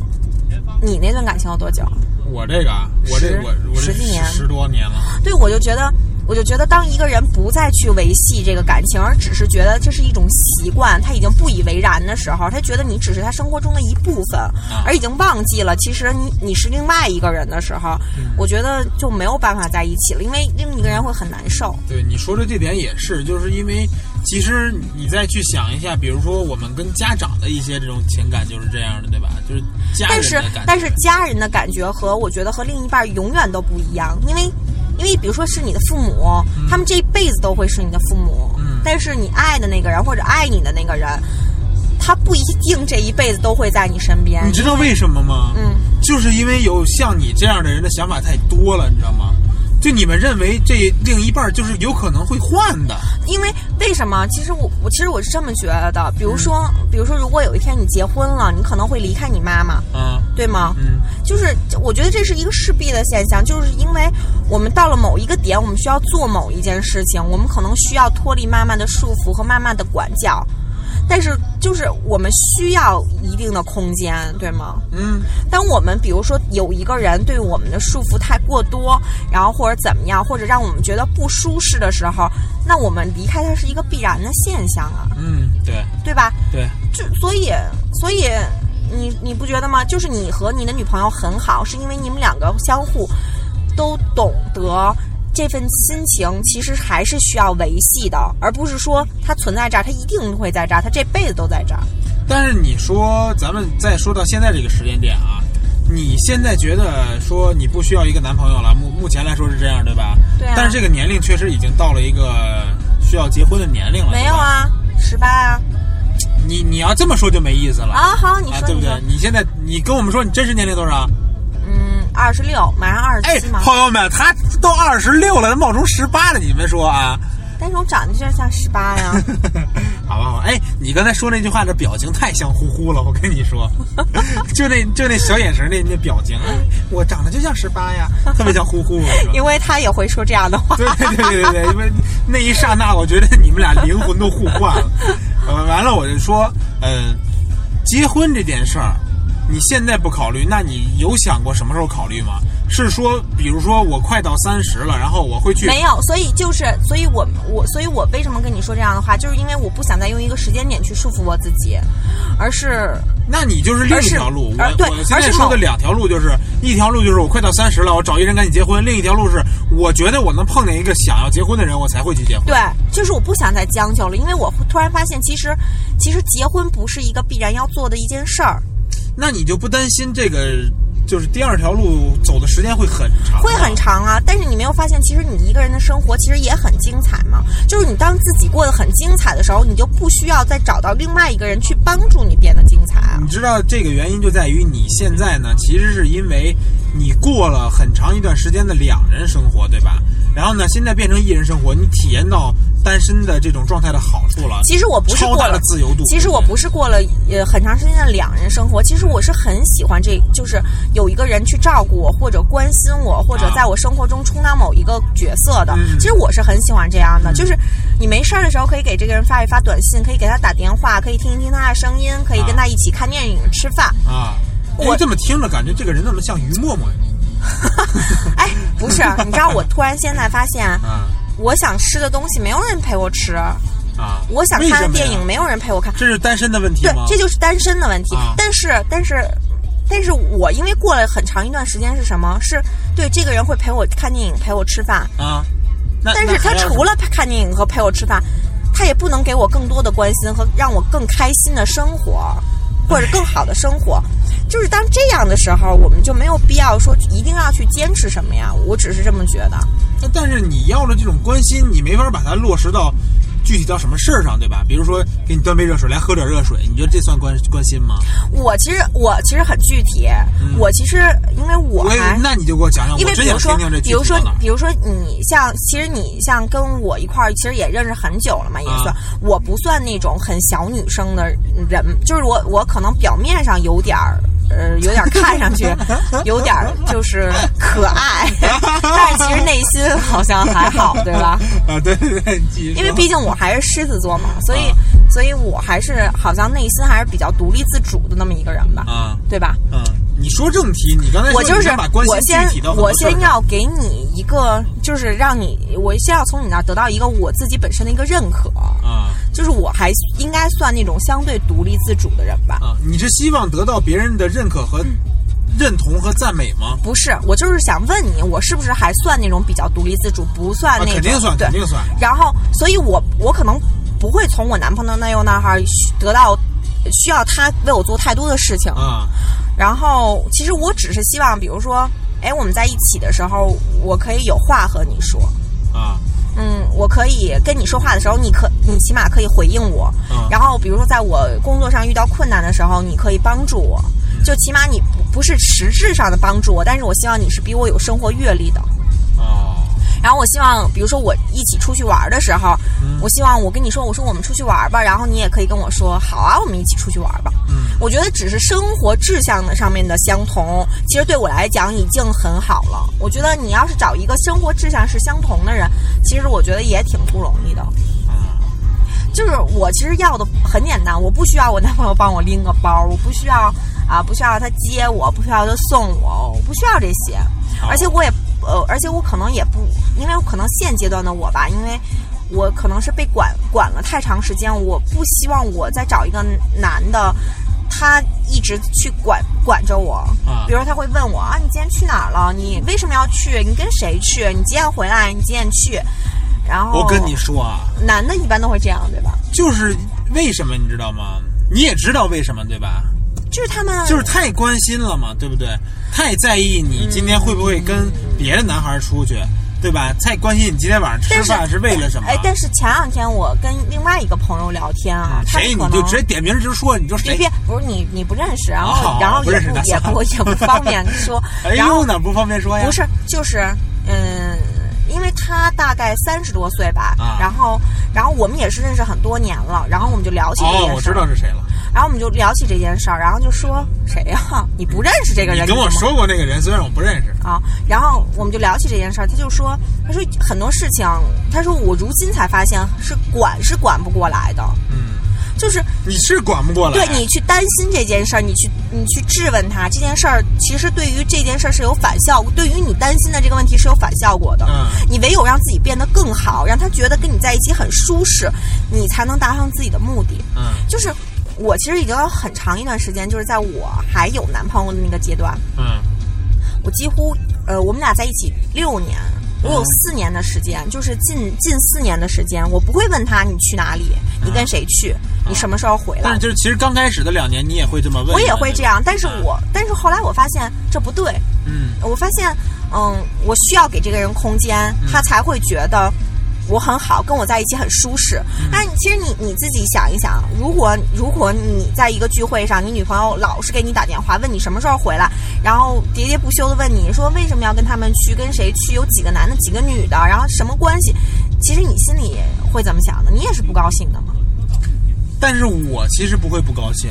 Speaker 4: 你那段感情有多久？
Speaker 1: 我这个啊，我这
Speaker 4: 十
Speaker 1: 我我这
Speaker 4: 十几年
Speaker 1: 十十多年了。
Speaker 4: 对，我就觉得，我就觉得，当一个人不再去维系这个感情，而只是觉得这是一种习惯，他已经不以为然的时候，他觉得你只是他生活中的一部分，而已经忘记了其实你你是另外一个人的时候，我觉得就没有办法在一起了，因为另一个人会很难受。
Speaker 1: 对你说的这点也是，就是因为其实你再去想一下，比如说我们跟家长的一些这种情感就是这样的，对吧？就是家
Speaker 4: 但
Speaker 1: 人
Speaker 4: 是
Speaker 1: 的感觉。
Speaker 4: 但是家人的感觉和我觉得和另一半永远都不一样，因为因为比如说是你的父母，他们这辈子都会是你的父母，
Speaker 1: 嗯
Speaker 4: 但是你爱的那个人或者爱你的那个人，他不一定这一辈子都会在你身边
Speaker 1: 你。知道为什么吗？
Speaker 4: 嗯，
Speaker 1: 就是因为有像你这样的人的想法太多了，你知道吗？就你们认为这另一半就是有可能会换的，
Speaker 4: 因为为什么？其实我我其实我是这么觉得的，比如说、
Speaker 1: 嗯
Speaker 4: 比如说，如果有一天你结婚了，你可能会离开你妈妈，
Speaker 1: 啊，
Speaker 4: 对吗？
Speaker 1: 嗯，
Speaker 4: 就是我觉得这是一个势必的现象，就是因为我们到了某一个点，我们需要做某一件事情，我们可能需要脱离妈妈的束缚和妈妈的管教，但是就是我们需要一定的空间，对吗？
Speaker 1: 嗯，
Speaker 4: 当我们比如说有一个人对我们的束缚太过多，然后或者怎么样，或者让我们觉得不舒适的时候，那我们离开他是一个必然的现象啊，
Speaker 1: 嗯，对
Speaker 4: 对吧？
Speaker 1: 对，
Speaker 4: 就所以，所以你你不觉得吗？就是你和你的女朋友很好，是因为你们两个相互都懂得这份亲情，其实还是需要维系的，而不是说它存在这儿，它一定会在这儿，它这辈子都在这儿。
Speaker 1: 但是你说，咱们再说到现在这个时间点啊，你现在觉得说你不需要一个男朋友了，目目前来说是这样，对吧？
Speaker 4: 对啊
Speaker 1: 但是这个年龄确实已经到了一个需要结婚的年龄了。
Speaker 4: 没有啊，十八啊，
Speaker 1: 对吧。你你要这么说就没意思了
Speaker 4: 啊好你
Speaker 1: 啊
Speaker 4: 说
Speaker 1: 对不对
Speaker 4: 你说？
Speaker 1: 你现在你跟我们说你真实年龄多少？
Speaker 4: 嗯，二十六，马上二
Speaker 1: 哎
Speaker 4: 十七，嘛。
Speaker 1: 朋友们，他都二十六了，他冒充十八了，你们说啊？
Speaker 4: 但是我长得就像十八呀。
Speaker 1: 好吧，好吧，哎，你刚才说那句话的表情太像呼呼了，我跟你说，就那就那小眼神儿那那表情，哎我长得就像十八呀，特别像呼呼，我 说。
Speaker 4: 因为他也会说这样的话。
Speaker 1: 对对对对对，因为那一刹那，我觉得你们俩灵魂都互换了。呃，完了，我就说，嗯、结婚这件事儿，你现在不考虑，那你有想过什么时候考虑吗？是说，比如说我快到三十了，然后我会去，
Speaker 4: 没有，所以就是，所以我我，所以我为什么跟你说这样的话，就是因为我不想再用一个时间点去束缚我自己，而是
Speaker 1: 那你就是另
Speaker 4: 而
Speaker 1: 一
Speaker 4: 是
Speaker 1: 条路。
Speaker 4: 而
Speaker 1: 我
Speaker 4: 对
Speaker 1: 我现
Speaker 4: 而
Speaker 1: 在
Speaker 4: 是
Speaker 1: 说
Speaker 4: 某
Speaker 1: 的两条路就是，一条路就是我快到三十了，我找一人赶紧结婚；另一条路是，我觉得我能碰见一个想要结婚的人，我才会去结婚。
Speaker 4: 对，就是我不想再将就了，因为我突然发现，其实其实结婚不是一个必然要做的一件事儿，
Speaker 1: 那你就不担心这个，就是第二条路走的时间会很长，
Speaker 4: 会很。长啊。但是你没有发现，其实你一个人的生活其实也很精彩嘛。就是你当自己过得很精彩的时候，你就不需要再找到另外一个人去帮助你变得精彩啊。
Speaker 1: 你知道这个原因就在于你现在呢，其实是因为你过了很长一段时间的两人生活，对吧？然后呢，现在变成一人生活，你体验到单身的这种状态的好处了。
Speaker 4: 其实我不是
Speaker 1: 超
Speaker 4: 过
Speaker 1: 大
Speaker 4: 了
Speaker 1: 的自由度。
Speaker 4: 其实我不是过了呃很长时间的两人生活，其实我是很喜欢这，就是有一个人去照顾我，或者关心我，或者
Speaker 1: 啊
Speaker 4: 在我生活中充当某一个角色的。
Speaker 1: 嗯
Speaker 4: 其实我是很喜欢这样的，就是你没事儿的时候可以给这个人发一发短信，可以给他打电话，可以听一听他的声音，可以跟
Speaker 1: 啊
Speaker 4: 他一起看电影、吃 饭。
Speaker 1: 啊，
Speaker 4: 我
Speaker 1: 哎这么听着感觉这个人怎么像于默默呀？
Speaker 4: 哎，不是，你知道我突然现在发现，
Speaker 1: 啊
Speaker 4: 我想吃的东西没有人陪我吃，
Speaker 1: 啊，
Speaker 4: 我想
Speaker 1: 为
Speaker 4: 看
Speaker 1: 什
Speaker 4: 的
Speaker 1: 么呀
Speaker 4: 电影没有人陪我看。
Speaker 1: 这是单身的问题
Speaker 4: 对
Speaker 1: 吗？，
Speaker 4: 这就是单身的问题。
Speaker 1: 啊
Speaker 4: 但是，但是，但是我因为过了很长一段时间是什么？是对这个人会陪我看电影，陪我吃饭。
Speaker 1: 啊，那
Speaker 4: 但
Speaker 1: 那
Speaker 4: 是他
Speaker 1: 还要
Speaker 4: 除了看电影和陪我吃饭，他也不能给我更多的关心和让我更开心的生活，或者更好的生活。就是当这样的时候，我们就没有必要说一定要去坚持什么呀。我只是这么觉得。
Speaker 1: 那但是你要的这种关心，你没法把它落实到具体到什么事儿上，对吧？比如说给你端杯热水，来喝点热水，你觉得这算关关心吗？
Speaker 4: 我其实我其实很具体，
Speaker 1: 嗯
Speaker 4: 我其实因为我
Speaker 1: 我也
Speaker 4: 还
Speaker 1: 那你就给我讲讲，
Speaker 4: 因为
Speaker 1: 啊我真
Speaker 4: 比
Speaker 1: 想
Speaker 4: 如
Speaker 1: 听
Speaker 4: 说
Speaker 1: 听这，具
Speaker 4: 比如
Speaker 1: 体
Speaker 4: 说
Speaker 1: 到哪儿，
Speaker 4: 比如说你像，其实你像跟我一块儿，其实也认识很久了嘛，也算、
Speaker 1: 啊
Speaker 4: 我不算那种很小女生的人，就是我我可能表面上有点儿。呃，有点儿 看上去有点儿就是可爱，但是其实内心好像还好，对 吧？
Speaker 1: 啊，对对对，你继续说
Speaker 4: 因为毕竟我还是狮子座嘛，所以、
Speaker 1: 啊
Speaker 4: 所以我还是好像内心还是比较独立自主的那么一个人吧，
Speaker 1: 啊
Speaker 4: 对吧？
Speaker 1: 嗯，你说正题，你刚才说
Speaker 4: 我就
Speaker 1: 你
Speaker 4: 是
Speaker 1: 想把关
Speaker 4: 我
Speaker 1: 心
Speaker 4: 先
Speaker 1: 具体到很多
Speaker 4: 我
Speaker 1: 事
Speaker 4: 先
Speaker 1: 儿上
Speaker 4: 要给你一个，就是让你我先要从你那儿得到一个我自己本身的一个认可，
Speaker 1: 啊
Speaker 4: 就是我还应该算那种相对独立自主的人吧。
Speaker 1: 啊，你是希望得到别人的认可和
Speaker 4: 嗯
Speaker 1: 认同和赞美吗？
Speaker 4: 不是，我就是想问你，我是不是还算那种比较独立自主，不算
Speaker 1: 啊，
Speaker 4: 那种、
Speaker 1: 肯定算，
Speaker 4: 对
Speaker 1: 肯定算。
Speaker 4: 然后，所以我我可能不会从我男朋友那又那儿得到需要他为我做太多的事情。
Speaker 1: 啊
Speaker 4: 然后，其实我只是希望，比如说，哎，我们在一起的时候，我可以有话和你说。
Speaker 1: 啊
Speaker 4: 嗯，我可以跟你说话的时候，你可你起码可以回应我。
Speaker 1: 嗯
Speaker 4: 然后比如说在我工作上遇到困难的时候，你可以帮助我。就起码你不不是实质上的帮助我，但是我希望你是比我有生活阅历的。
Speaker 1: 哦
Speaker 4: 然后我希望，比如说我一起出去玩的时候，我希望我跟你说，我说我们出去玩吧，然后你也可以跟我说，好啊，我们一起出去玩吧。
Speaker 1: 嗯
Speaker 4: 我觉得只是生活志向的上面的相同，其实对我来讲已经很好了。我觉得你要是找一个生活志向是相同的人，其实我觉得也挺不容易的。
Speaker 1: 啊
Speaker 4: 就是我其实要的很简单，我不需要我男朋友帮我拎个包，我不需要啊，不需要他接我，不需要他送我，我不需要这些，
Speaker 1: 啊
Speaker 4: 而且我也呃，而且我可能也不，因为可能现阶段的我吧，因为我可能是被管管了太长时间，我不希望我再找一个男的。他一直去管管着我
Speaker 1: 啊，
Speaker 4: 比如他会问我啊，你今天去哪儿了？你为什么要去？你跟谁去？你几点回来？你几点去？然后
Speaker 1: 我跟你说啊，
Speaker 4: 男的一般都会这样，对吧？
Speaker 1: 就是为什么你知道吗？你也知道为什么对吧？
Speaker 4: 就是他们
Speaker 1: 就是太
Speaker 4: 嗯
Speaker 1: 关心了嘛，对不对？太在意你今天会不会跟别的男孩出去，对吧？才关心你今天晚上吃
Speaker 4: 但是
Speaker 1: 饭是为了什么？
Speaker 4: 哎，但是前两天我跟另外一个朋友聊天啊，他
Speaker 1: 嗯谁你
Speaker 4: 可
Speaker 1: 就
Speaker 4: 能
Speaker 1: 直接点名直说，你就
Speaker 4: 别
Speaker 1: 谁？
Speaker 4: 别，不是你你不认识，然后、
Speaker 1: 哦
Speaker 4: 然后
Speaker 1: 不
Speaker 4: 也
Speaker 1: 认识
Speaker 4: 不
Speaker 1: 那
Speaker 4: 也
Speaker 1: 算
Speaker 4: 不
Speaker 1: 了
Speaker 4: 也不 方便说，
Speaker 1: 哎
Speaker 4: 然
Speaker 1: 呦，
Speaker 4: 后
Speaker 1: 哪不方便说呀？
Speaker 4: 不是就是嗯。因为他大概三十多岁吧，
Speaker 1: 啊
Speaker 4: 然后，然后我们也是认识很多年了，然后我们就聊起这件事
Speaker 1: 哦
Speaker 4: 儿，，
Speaker 1: 我知道是谁了。
Speaker 4: 然后我们就聊起这件事儿，然后就说谁呀、你不认识这个人？
Speaker 1: 你跟我
Speaker 4: 怎么
Speaker 1: 说过那个人，虽然我不认识。
Speaker 4: 啊，然后我们就聊起这件事儿，他就说，他说很多事情，他说我如今才发现是管是管不过来的，
Speaker 1: 嗯，
Speaker 4: 就是
Speaker 1: 你是管不过来。
Speaker 4: 对你去担心这件事儿，你去你去质问他这件事儿，其实对于这件事儿是有反效果，对于你担心的这个问题是有反效果的。
Speaker 1: 嗯
Speaker 4: 你唯有让自己变得更好，让他觉得跟你在一起很舒适，你才能达成自己的目的。
Speaker 1: 嗯
Speaker 4: 就是我其实已经有很长一段时间，就是在我还有男朋友的那个阶段，
Speaker 1: 嗯
Speaker 4: 我几乎呃，我们俩在一起六年，我有四年的时间，就是近近四年的时间，我不会问他你去哪里，你跟谁去，你什么时候回
Speaker 1: 但
Speaker 4: 来
Speaker 1: 是。就是其实刚开始的两年，你也会这么问。
Speaker 4: 我也会这样，但是
Speaker 1: 嗯
Speaker 4: 我但是后来我发现这不对，
Speaker 1: 嗯
Speaker 4: 我发现嗯，我需要给这个人空间，
Speaker 1: 嗯
Speaker 4: 他才会觉得我很好，跟我在一起很舒适。
Speaker 1: 嗯
Speaker 4: 但是其实你你自己想一想，如果如果你在一个聚会上，你女朋友老是给你打电话问你什么时候回来，然后喋喋不休的问你说为什么要跟他们去，跟谁去，有几个男的，几个女的，然后什么关系，其实你心里会怎么想的？你也是不高兴的嘛。
Speaker 1: 但是我其实不会不高兴，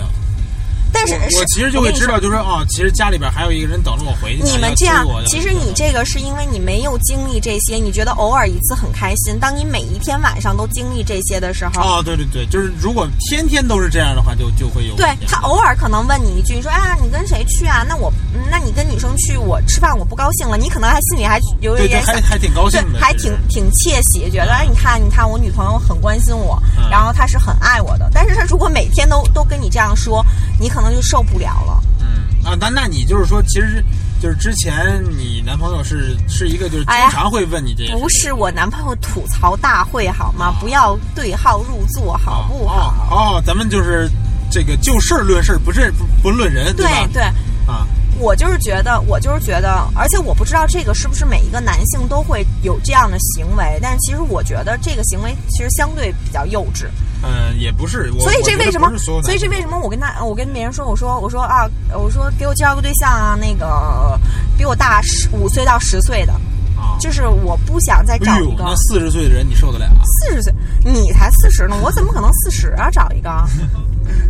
Speaker 4: 但是
Speaker 1: 我
Speaker 4: 是
Speaker 1: 我其实就
Speaker 4: 我
Speaker 1: 会
Speaker 4: 跟你
Speaker 1: 知
Speaker 4: 说
Speaker 1: 道，就是哦，其实家里边还有一个人等着我回去呢。
Speaker 4: 你们
Speaker 1: 要
Speaker 4: 这样
Speaker 1: 催我，要
Speaker 4: 其实你这个是因为你没有经历这些，你觉得偶尔一次很开心。当你每一天晚上都经历这些的时候，
Speaker 1: 哦，对对对，就是如果天天都是这样的话，就就会有
Speaker 4: 对
Speaker 1: 问题
Speaker 4: 他偶尔可能问你一句，你说哎呀，你跟谁去啊？那我，嗯那你跟女生去，我吃饭我不高兴了。你可能还心里还有
Speaker 1: 对对，
Speaker 4: 一点小
Speaker 1: 还还挺高兴
Speaker 4: 对，
Speaker 1: 的，
Speaker 4: 还
Speaker 1: 其实
Speaker 4: 挺挺窃喜，觉得哎，你看，你看，我女朋友很关心我，
Speaker 1: 嗯
Speaker 4: 然后她是很爱我的。但是她如果每天都都跟你这样说，你可能就受不了了。
Speaker 1: 嗯啊，那那你就是说，其实就是之前你男朋友是是一个就是经
Speaker 4: 哎呀
Speaker 1: 常会问你这些事情，
Speaker 4: 不是我男朋友吐槽大会好吗？不要对号入座，好不好？
Speaker 1: 哦哦，咱们就是这个就事儿论事儿，不是不不论人，
Speaker 4: 对
Speaker 1: 吧？
Speaker 4: 对，
Speaker 1: 啊，
Speaker 4: 我就是觉得，我就是觉得，而且我不知道这个是不是每一个男性都会有这样的行为，但是其实我觉得这个行为其实相对比较幼稚。
Speaker 1: 嗯，也不是，我
Speaker 4: 所以
Speaker 1: 我
Speaker 4: 这
Speaker 1: 觉得
Speaker 4: 为什么
Speaker 1: 不是所有？
Speaker 4: 所以这为什么我跟他，我跟别人说，我说我说啊，我说给我介绍个对象啊，那个比我大十五岁到十岁的，
Speaker 1: 男啊，
Speaker 4: 就是我不想再找
Speaker 1: 哎
Speaker 4: 一
Speaker 1: 呦，
Speaker 4: 个
Speaker 1: 那四十岁的人你受得了啊？
Speaker 4: 四十岁，你才四十呢，我怎么可能四十啊？找一个，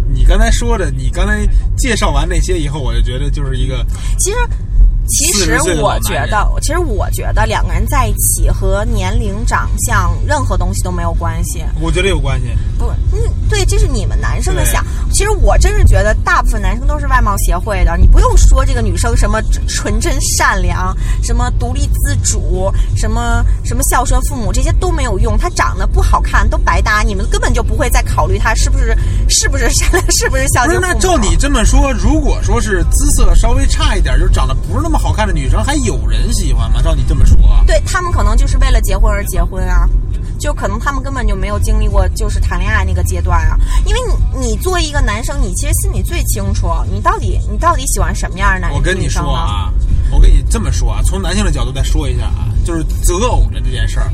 Speaker 1: 你刚才说的，你刚才介绍完那些以后，我就觉得就是一个
Speaker 4: 其实。其实
Speaker 1: 40岁的老
Speaker 4: 我
Speaker 1: 男
Speaker 4: 觉
Speaker 1: 人
Speaker 4: 得，其实我觉得两个人在一起和年龄、长相任何东西都没有关系。
Speaker 1: 我觉得有关系。
Speaker 4: 不，嗯，对，这是你们男生的
Speaker 1: 对
Speaker 4: 想。其实我真是觉得，大部分男生都是外貌协会的。你不用说这个女生什么 纯真善良，什么独立自主，什么什么孝顺父母，这些都没有用。她长得不好看都白搭，你们根本就不会再考虑她是不是是不是善良，是不是孝
Speaker 1: 不是，
Speaker 4: 顺父
Speaker 1: 那
Speaker 4: 母。
Speaker 1: 照你这么说，如果说是姿色稍微差一点，就长得不是那么好看的女生，还有人喜欢吗？照你这么说，
Speaker 4: 对他们可能就是为了结婚而结婚啊，就可能他们根本就没有经历过就是谈恋爱那个阶段啊。因为你你作为一个男生，你其实心里最清楚，你到底你到底喜欢什么样的男
Speaker 1: 我跟你
Speaker 4: 女生
Speaker 1: 说
Speaker 4: 呢？
Speaker 1: 啊，我跟你这么说啊，从男性的角度再说一下啊，就是择偶的这件事儿，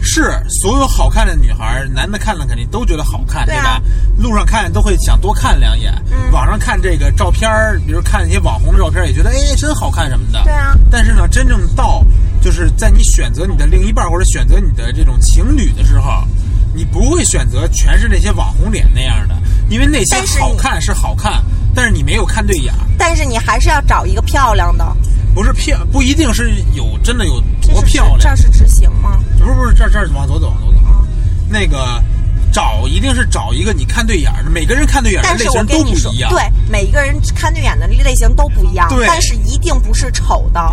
Speaker 1: 是所有好看的女孩儿，男的看了肯定都觉得好看，
Speaker 4: 对
Speaker 1: 对
Speaker 4: 啊嗯
Speaker 1: 吧？路上看都会想多看两眼，网上看这个照片儿，比如看一些网红的照片儿，也觉得哎真好看什么的。
Speaker 4: 对啊。
Speaker 1: 但是呢，真正到就是在你选择你的另一半儿或者选择你的这种情侣的时候。你不会选择全是那些网红脸那样的，因为那些
Speaker 4: 但是你
Speaker 1: 好看是好看，但是你没有看对眼儿。
Speaker 4: 但是你还是要找一个漂亮的，
Speaker 1: 不是漂，不一定是有真的有
Speaker 4: 这
Speaker 1: 多
Speaker 4: 是
Speaker 1: 漂
Speaker 4: 这
Speaker 1: 亮。
Speaker 4: 是哦执行吗？
Speaker 1: 不是不是，这儿这儿往左走，往左走。啊那个找一定是找一个你看对眼儿的，每个人看对眼儿
Speaker 4: 但
Speaker 1: 的类
Speaker 4: 是我
Speaker 1: 型
Speaker 4: 跟
Speaker 1: 都
Speaker 4: 你
Speaker 1: 不
Speaker 4: 说
Speaker 1: 一，样。
Speaker 4: 对每一个人看对眼的类型都不一样，
Speaker 1: 对
Speaker 4: 但是一定不是丑的。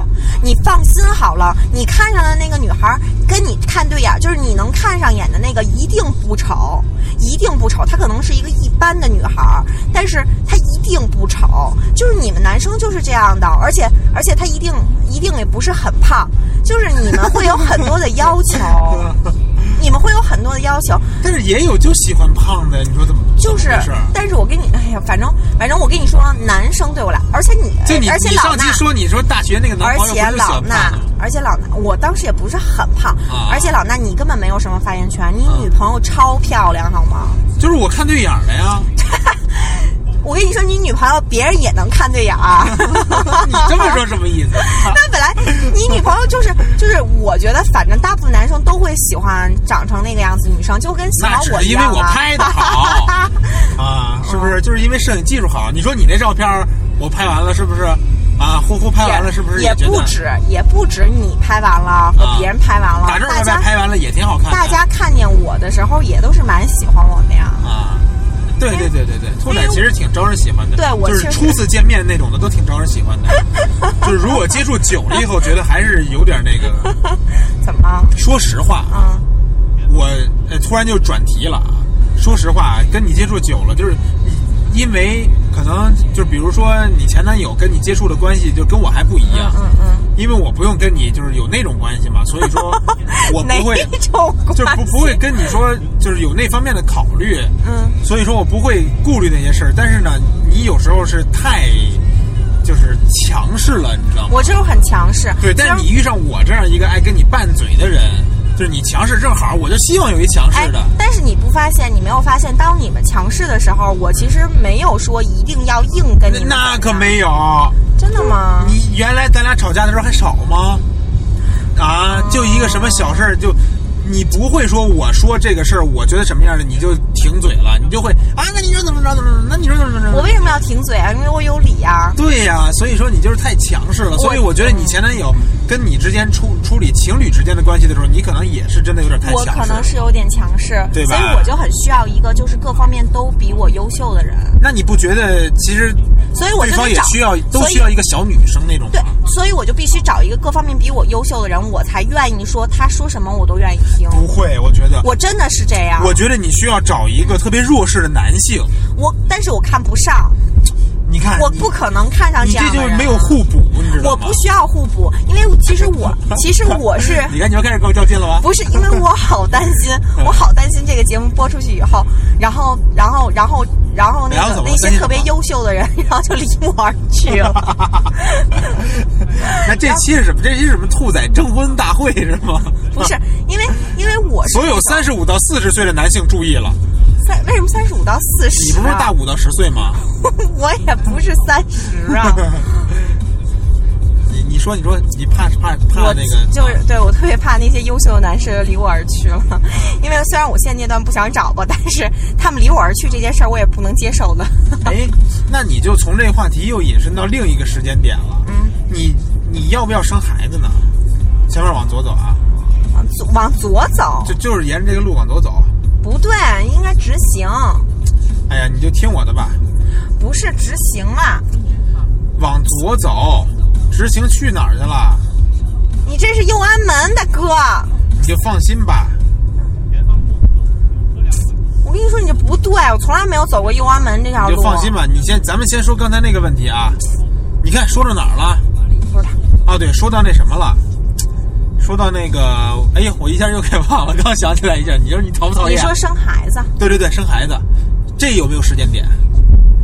Speaker 4: 你放心好了，你看上的那个女孩儿跟你看对眼，就是你能看上眼的那个，一定不丑，一定不丑。她可能是一个一般的女孩儿，但是她一定不丑。就是你们男生就是这样的，而且而且她 一定一定也不是很胖，就是你们会有很多的要求。你们会有很多的要求，
Speaker 1: 但是也有就喜欢胖的，你说怎么
Speaker 4: 就是
Speaker 1: 怎么回事，
Speaker 4: 但是我跟你，哎呀，反正反正我跟你说，男生对我来，而且你，
Speaker 1: 就你
Speaker 4: 而且
Speaker 1: 你
Speaker 4: 老
Speaker 1: 上
Speaker 4: 衲
Speaker 1: 期，说你说大学那个男
Speaker 4: 而
Speaker 1: 朋友
Speaker 4: 且
Speaker 1: 不是喜
Speaker 4: 老
Speaker 1: 欢
Speaker 4: 衲
Speaker 1: 胖的，
Speaker 4: 而且老衲，我当时也不是很胖，
Speaker 1: 啊
Speaker 4: 而且老衲你根本没有什么发言权，你
Speaker 1: 啊
Speaker 4: 女朋友超漂亮，好吗？
Speaker 1: 就是我看对眼儿了呀。
Speaker 4: 我跟你说，你女朋友别人也能看对眼儿。
Speaker 1: 你这么说什么意思？
Speaker 4: 但本来你女朋友就是就是，我觉得反正大部分男生都会喜欢长成那个样子的女生，就跟喜欢
Speaker 1: 那只
Speaker 4: 我
Speaker 1: 是
Speaker 4: 一
Speaker 1: 因为
Speaker 4: 样
Speaker 1: 我
Speaker 4: 啊。
Speaker 1: 拍的好啊，是不是？就是因为摄影技术好。你说你那照片儿我拍完了，是不是？啊，呼呼拍完了，是不是
Speaker 4: 也
Speaker 1: 觉
Speaker 4: 不
Speaker 1: 得？
Speaker 4: 止，也不止你拍完了和
Speaker 1: 啊
Speaker 4: 别人拍完了，
Speaker 1: 打这儿
Speaker 4: 大
Speaker 1: 拍
Speaker 4: 家
Speaker 1: 拍完了也挺好看的。
Speaker 4: 大家看见我的时候也都是蛮喜欢我的呀。
Speaker 1: 啊，对对对对对，兔仔其实挺招人喜欢的，
Speaker 4: 哎对我
Speaker 1: 就是
Speaker 4: 确实
Speaker 1: 初次见面那种的都挺招人喜欢 的。就是如果接触久了以后，觉得还是有点那个。
Speaker 4: 怎么了？
Speaker 1: 说实话，啊
Speaker 4: 嗯，
Speaker 1: 我呃突然就转题了啊。说实话，跟你接触久了，就是因为可能就比如说你前男友跟你接触的关系，就跟我还不一样。
Speaker 4: 嗯嗯。
Speaker 1: 因为我不用跟你就是有那种关系嘛，所以 说我
Speaker 4: 哪
Speaker 1: 不 会
Speaker 4: 一种 关
Speaker 1: 就不不会跟你说就是有那方面的考虑。
Speaker 4: 嗯，
Speaker 1: 所以说我不会顾虑那些事儿，但是呢，你有时候是太就是强势了，你知道吗？
Speaker 4: 我这种很强势。
Speaker 1: 对，但是
Speaker 4: 虽
Speaker 1: 你
Speaker 4: 然
Speaker 1: 遇上我这样一个爱跟你拌嘴的人，就是你强势正好，我就希望有一强势的。
Speaker 4: 哎，但是你不发现，你没有发现，当你们强势的时候，我其实没有说一定要硬跟你们。
Speaker 1: 那可，没有，
Speaker 4: 真的吗？
Speaker 1: 你原来咱俩吵架的时候还少吗？啊，就一个什么小事儿就。你不会说我说这个事儿，我觉得什么样的你就停嘴了，你就会啊？那你说怎么着怎么着？那你说怎么着？
Speaker 4: 我为什么要停嘴啊？因为我有理啊。
Speaker 1: 对呀、所以说你就是太强势了。所以我觉得你前男友跟你之间处处理情侣之间的关系的时候，你可能也是真的有点太
Speaker 4: 我
Speaker 1: 强
Speaker 4: 可
Speaker 1: 势。
Speaker 4: 能是有点强势，
Speaker 1: 对吧
Speaker 4: 所以我就很需要一个就是各方面都比我优秀的人。
Speaker 1: 那你不觉得其实
Speaker 4: 所以我
Speaker 1: 对
Speaker 4: 就
Speaker 1: 方
Speaker 4: 得
Speaker 1: 也
Speaker 4: 找
Speaker 1: 需要都
Speaker 4: 所以
Speaker 1: 需要一个小女生那种
Speaker 4: 对
Speaker 1: 吗？，
Speaker 4: 所以我就必须找一个各方面比我优秀的人，我才愿意说他说什么我都愿意听。
Speaker 1: 不会，我觉得。
Speaker 4: 我真的是这样，
Speaker 1: 我觉得你需要找一个特别弱势的男性，
Speaker 4: 我但是我看不上，
Speaker 1: 你看，
Speaker 4: 我不可能看上
Speaker 1: 哎你，你
Speaker 4: 样
Speaker 1: 这
Speaker 4: 的
Speaker 1: 就
Speaker 4: 人。
Speaker 1: 没有互补，你知道
Speaker 4: 我
Speaker 1: 吗？
Speaker 4: 不需要互补，因为其实 我其实我是
Speaker 1: 你看，你要开始跟我较劲了吧？
Speaker 4: 不是因为我好担心，
Speaker 1: 嗯
Speaker 4: 我好担心这个节目播出去以后，然后，然后，然后，然后
Speaker 1: 然
Speaker 4: 那
Speaker 1: 后
Speaker 4: 个
Speaker 1: 怎么
Speaker 4: 那
Speaker 1: 担
Speaker 4: 些
Speaker 1: 心
Speaker 4: 特别
Speaker 1: 什么
Speaker 4: 优秀的人， 然后就离我而去了。
Speaker 1: 那这期是什么？这期是什么？兔仔征婚大会是 吗？
Speaker 4: 不是因为，因为我是
Speaker 1: 所有
Speaker 4: 那种
Speaker 1: 三十五到四十岁的男性注意了，
Speaker 4: 三，为什么三十五到四十？
Speaker 1: 你
Speaker 4: 啊
Speaker 1: 不是大？五到十岁吗？
Speaker 4: 我也不是三 十啊。
Speaker 1: 你你说你说你怕怕怕
Speaker 4: 我
Speaker 1: 那个
Speaker 4: 就是对我特别怕那些优秀的男士离我而去了，因为虽然我现阶段不想找吧，但是他们离我而去这件事儿我也不能接受的。
Speaker 1: 哎，那你就从这个话题又引申到另一个时间点了。嗯，你你要不要生孩子呢？前面往左走啊，
Speaker 4: 往左往左走
Speaker 1: 就就是沿着这个路往左走。
Speaker 4: 不对，应该直行。啊
Speaker 1: 哎呀，你就听我的吧，
Speaker 4: 不是执行啊！
Speaker 1: 往左走，直行去哪儿去了？
Speaker 4: 你这是右安门，大哥！
Speaker 1: 你就放心吧。
Speaker 4: 我跟你说，你这不对，我从来没有走过右安门这条
Speaker 1: 你
Speaker 4: 路。
Speaker 1: 就放心吧，你先，咱们先说刚才那个问题啊。你看说到哪儿了？
Speaker 4: 不知道
Speaker 1: 哦，对，说到那什么了，说到那个，哎呀，我一下又给忘了，刚想起来一下。你说你讨不讨厌？
Speaker 4: 你说生孩子，
Speaker 1: 对对对，生孩子，这有没有时间点？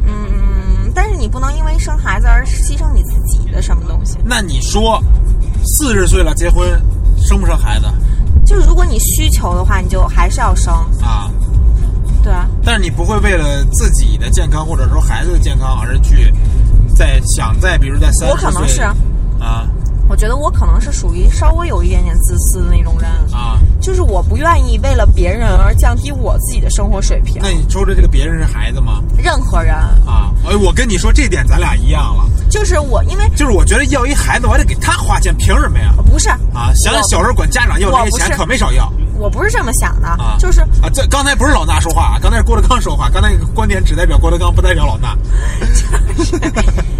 Speaker 4: 嗯，但是你不能因为生孩子而牺牲你自己的什么东西。
Speaker 1: 那你说，四十岁了结婚，生不生孩子
Speaker 4: 就是如果你需求的话，你就还是要生，
Speaker 1: 啊？
Speaker 4: 对啊。
Speaker 1: 但是你不会为了自己的健康或者说孩子的健康而去在想在，比如在三
Speaker 4: 我
Speaker 1: 十
Speaker 4: 可
Speaker 1: 岁，
Speaker 4: 能是，
Speaker 1: 啊
Speaker 4: 我觉得我可能是属于稍微有一点点自私的那种人，
Speaker 1: 啊。
Speaker 4: 就是我不愿意为了别人而降低我自己的生活水平
Speaker 1: 那。你说的这个别人是孩子吗？
Speaker 4: 任何人，
Speaker 1: 啊，哎，我跟你说这点咱俩一样了，
Speaker 4: 就是我，因为
Speaker 1: 就是我觉得要一孩子我还得给他花钱，凭什么呀？
Speaker 4: 不是
Speaker 1: 啊，想想
Speaker 4: 我
Speaker 1: 小时候管家长要这
Speaker 4: 我
Speaker 1: 些
Speaker 4: 不
Speaker 1: 钱
Speaker 4: 是
Speaker 1: 可没少要
Speaker 4: 我不是这么想的，
Speaker 1: 啊。
Speaker 4: 就是
Speaker 1: 啊，这刚才不是老衲说话啊，刚才是郭德纲说话，刚才那个观点只代表郭德纲，不代表老衲。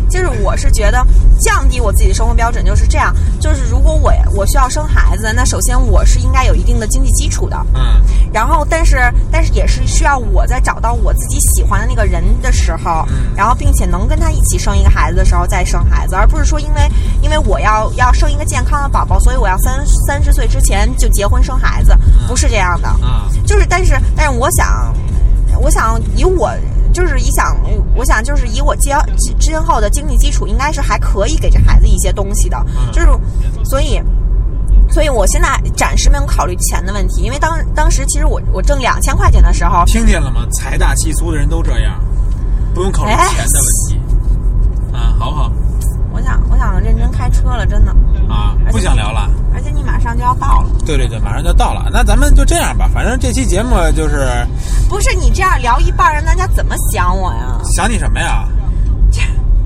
Speaker 4: 就是我是觉得降低我自己的生活标准就是这样，就是如果我我需要生孩子，那首先我是应该有一定的经济基础的，
Speaker 1: 嗯。
Speaker 4: 然后但是但是也是需要我在找到我自己喜欢的那个人的时候，
Speaker 1: 嗯
Speaker 4: 然后并且能跟他一起生一个孩子的时候再生孩子，而不是说因为因为我要要生一个健康的宝宝，所以我要三三十岁之前就结婚生孩子，不是这样的。
Speaker 1: 啊，
Speaker 4: 就是，但是，但是，我想，我想以我就是以想，我想就是以我今之之后的经济基础，应该是还可以给这孩子一些东西的，
Speaker 1: 嗯
Speaker 4: 就是，所以。所以我现在暂时没有考虑钱的问题，因为当当时其实我我挣两千块钱的时候，
Speaker 1: 听见了吗？财大气粗的人都这样，不用考虑
Speaker 4: 哎
Speaker 1: 钱的问题啊，好不好？
Speaker 4: 我想我想认真开车了，真的，
Speaker 1: 啊，不想聊了。
Speaker 4: 而且你马上就要到了，
Speaker 1: 对对对，马上就到了，那咱们就这样吧。反正这期节目就是
Speaker 4: 不是你这样聊一半，让大家怎么想我呀？
Speaker 1: 想你什么呀？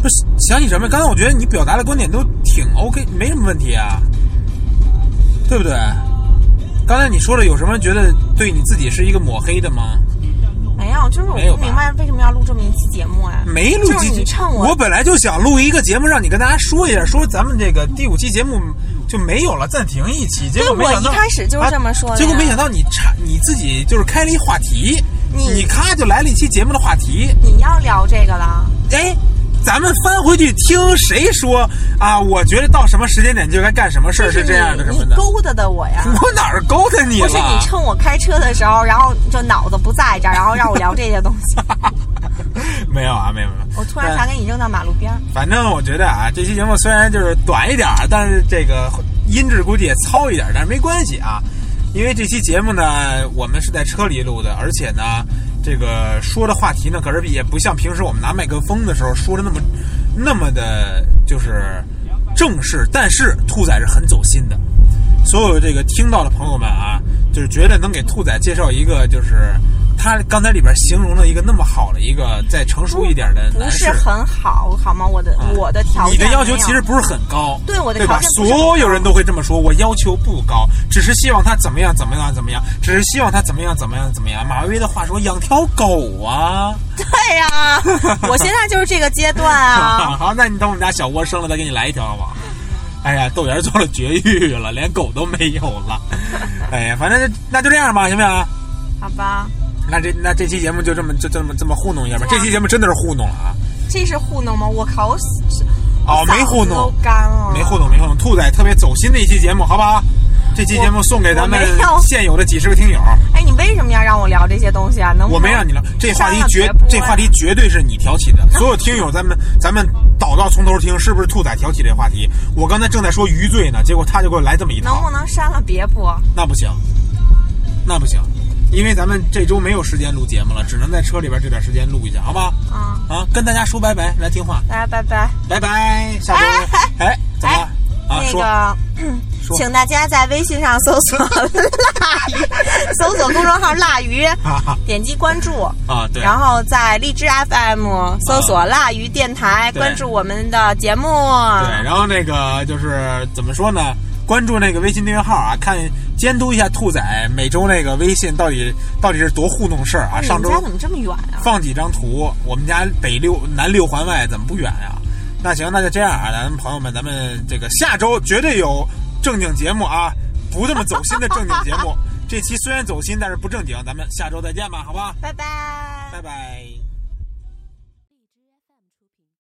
Speaker 1: 不是想你什么？刚才我觉得你表达的观点都挺 OK，没什么问题啊，对不对？刚才你说的有什么觉得对你自己是一个抹黑的吗？
Speaker 4: 没有，就是哎我
Speaker 1: 没有
Speaker 4: 不
Speaker 1: 吧
Speaker 4: 明白为什么要录这么一期节目呀、
Speaker 1: 没录
Speaker 4: 就是
Speaker 1: 几
Speaker 4: 你
Speaker 1: 集，
Speaker 4: 趁
Speaker 1: 我本来就想录一个节目，让你跟大家说一下，说咱们这个第五期节目就没有了，暂停一期。结果
Speaker 4: 对
Speaker 1: 没想到
Speaker 4: 我一开始就是这么说的
Speaker 1: 啊
Speaker 4: 呀
Speaker 1: 结果没想到你插你自己就是开了一话题，
Speaker 4: 你
Speaker 1: 你咔就来了一期节目的话题。
Speaker 4: 你要聊这个了。
Speaker 1: 哎，咱们翻回去听谁说啊？我觉得到什么时间点就该干什么事儿
Speaker 4: 就是
Speaker 1: 这样的什
Speaker 4: 你
Speaker 1: 么
Speaker 4: 你
Speaker 1: 的。
Speaker 4: 勾搭的我呀。
Speaker 1: 我哪儿勾搭你
Speaker 4: 不
Speaker 1: 了？
Speaker 4: 是你趁我开车的时候，然后就脑子不在这儿，然后让我聊这些东 西。
Speaker 1: 没有啊，没有没有。
Speaker 4: 我突然
Speaker 1: 但
Speaker 4: 想给你扔到马路边儿。
Speaker 1: 反正我觉得啊，这期节目虽然就是短一点儿，但是这个音质估计也糙一点儿，但是没关系啊，因为这期节目呢，我们是在车里录的，而且呢，这个说的话题呢，可是也不像平时我们拿麦克风的时候说的那么那么的，就是正式。但是兔仔是很走心的，所有这个听到的朋友们啊，就是觉得能给兔仔介绍一个就是。他刚才里边形容了一个那么好的一个再成熟一点的
Speaker 4: 不
Speaker 1: 男士，
Speaker 4: 是很好，好吗？我的、
Speaker 1: 啊
Speaker 4: 我的条件，
Speaker 1: 你的要求其实。不是很高，
Speaker 4: 对我的
Speaker 1: 对吧
Speaker 4: 条件？不是很高
Speaker 1: 所有人都会这么说，我要求不高，只是希望他怎么样怎么样怎么样，只是希望他怎么样怎么样怎么样。马薇薇的话说，养条狗啊，
Speaker 4: 对呀、啊 我现在就是这个阶段啊。
Speaker 1: 好，那你等我们家小窝生了再给你来一条好不好？哎呀，豆芽做了绝育了，连狗都没有 了。哎呀，反正就那就这样吧，行不行？
Speaker 4: 好吧，
Speaker 1: 那这那这期节目就这么就这么这么糊弄一下吧。
Speaker 4: 对
Speaker 1: 这
Speaker 4: 啊
Speaker 1: 期节目真的是糊弄了啊！
Speaker 4: 这是糊弄吗？我靠，我
Speaker 1: 哦
Speaker 4: 我，
Speaker 1: 没糊
Speaker 4: 嗓子都
Speaker 1: 弄，
Speaker 4: 干了，
Speaker 1: 没糊弄，没糊弄。兔仔特别走心的一期节目，好不好？这期节目送给咱们
Speaker 4: 我没有
Speaker 1: 现有的几十个听友，
Speaker 4: 哎，你为什么要让我聊这些东西啊？能不能
Speaker 1: 我没让你聊这话题
Speaker 4: 上
Speaker 1: 绝
Speaker 4: 节播呀
Speaker 1: 这话题绝对是你挑起 的。所有听友，咱们咱们倒到从头听，是不是兔仔挑起这话题？我刚才正在说余罪呢，结果他就给我来这么一
Speaker 4: 能
Speaker 1: 套
Speaker 4: 不，能删了别播？
Speaker 1: 那不行，那不行，因为咱们这周没有时间录节目了，只能在车里边这点时间录一下，好吧？
Speaker 4: 嗯，
Speaker 1: 啊，跟大家说拜拜，来听话，
Speaker 4: 大家拜拜。
Speaker 1: 拜拜，下 周哎怎么了？啊，
Speaker 4: 那
Speaker 1: 说
Speaker 4: 个， 嗯
Speaker 1: 说
Speaker 4: 请大家在微信上搜索“辣鱼”，搜索公众号“辣鱼”， 点击关注。
Speaker 1: 啊，对，啊
Speaker 4: 然后在荔枝 FM 搜索“辣鱼电台”，
Speaker 1: 对
Speaker 4: 关注我们的节目。啊
Speaker 1: 对，然后那个就是怎么说呢？关注那个微信订阅号啊，看监督一下兔仔每周那个微信到底到底是多糊弄事儿啊。
Speaker 4: 哎嗯你
Speaker 1: 上
Speaker 4: 们
Speaker 1: 周
Speaker 4: 家怎么这么远啊？
Speaker 1: 放几张图，我们家北六南六环外怎么不远呀、那行，那就这样啊，咱们朋友们，咱们这个下周绝对有正经节目啊，不这么走心的正经 节目。这期虽然走心，但是不正经，咱们下周再见吧，好吧，
Speaker 4: 拜拜
Speaker 1: 拜拜。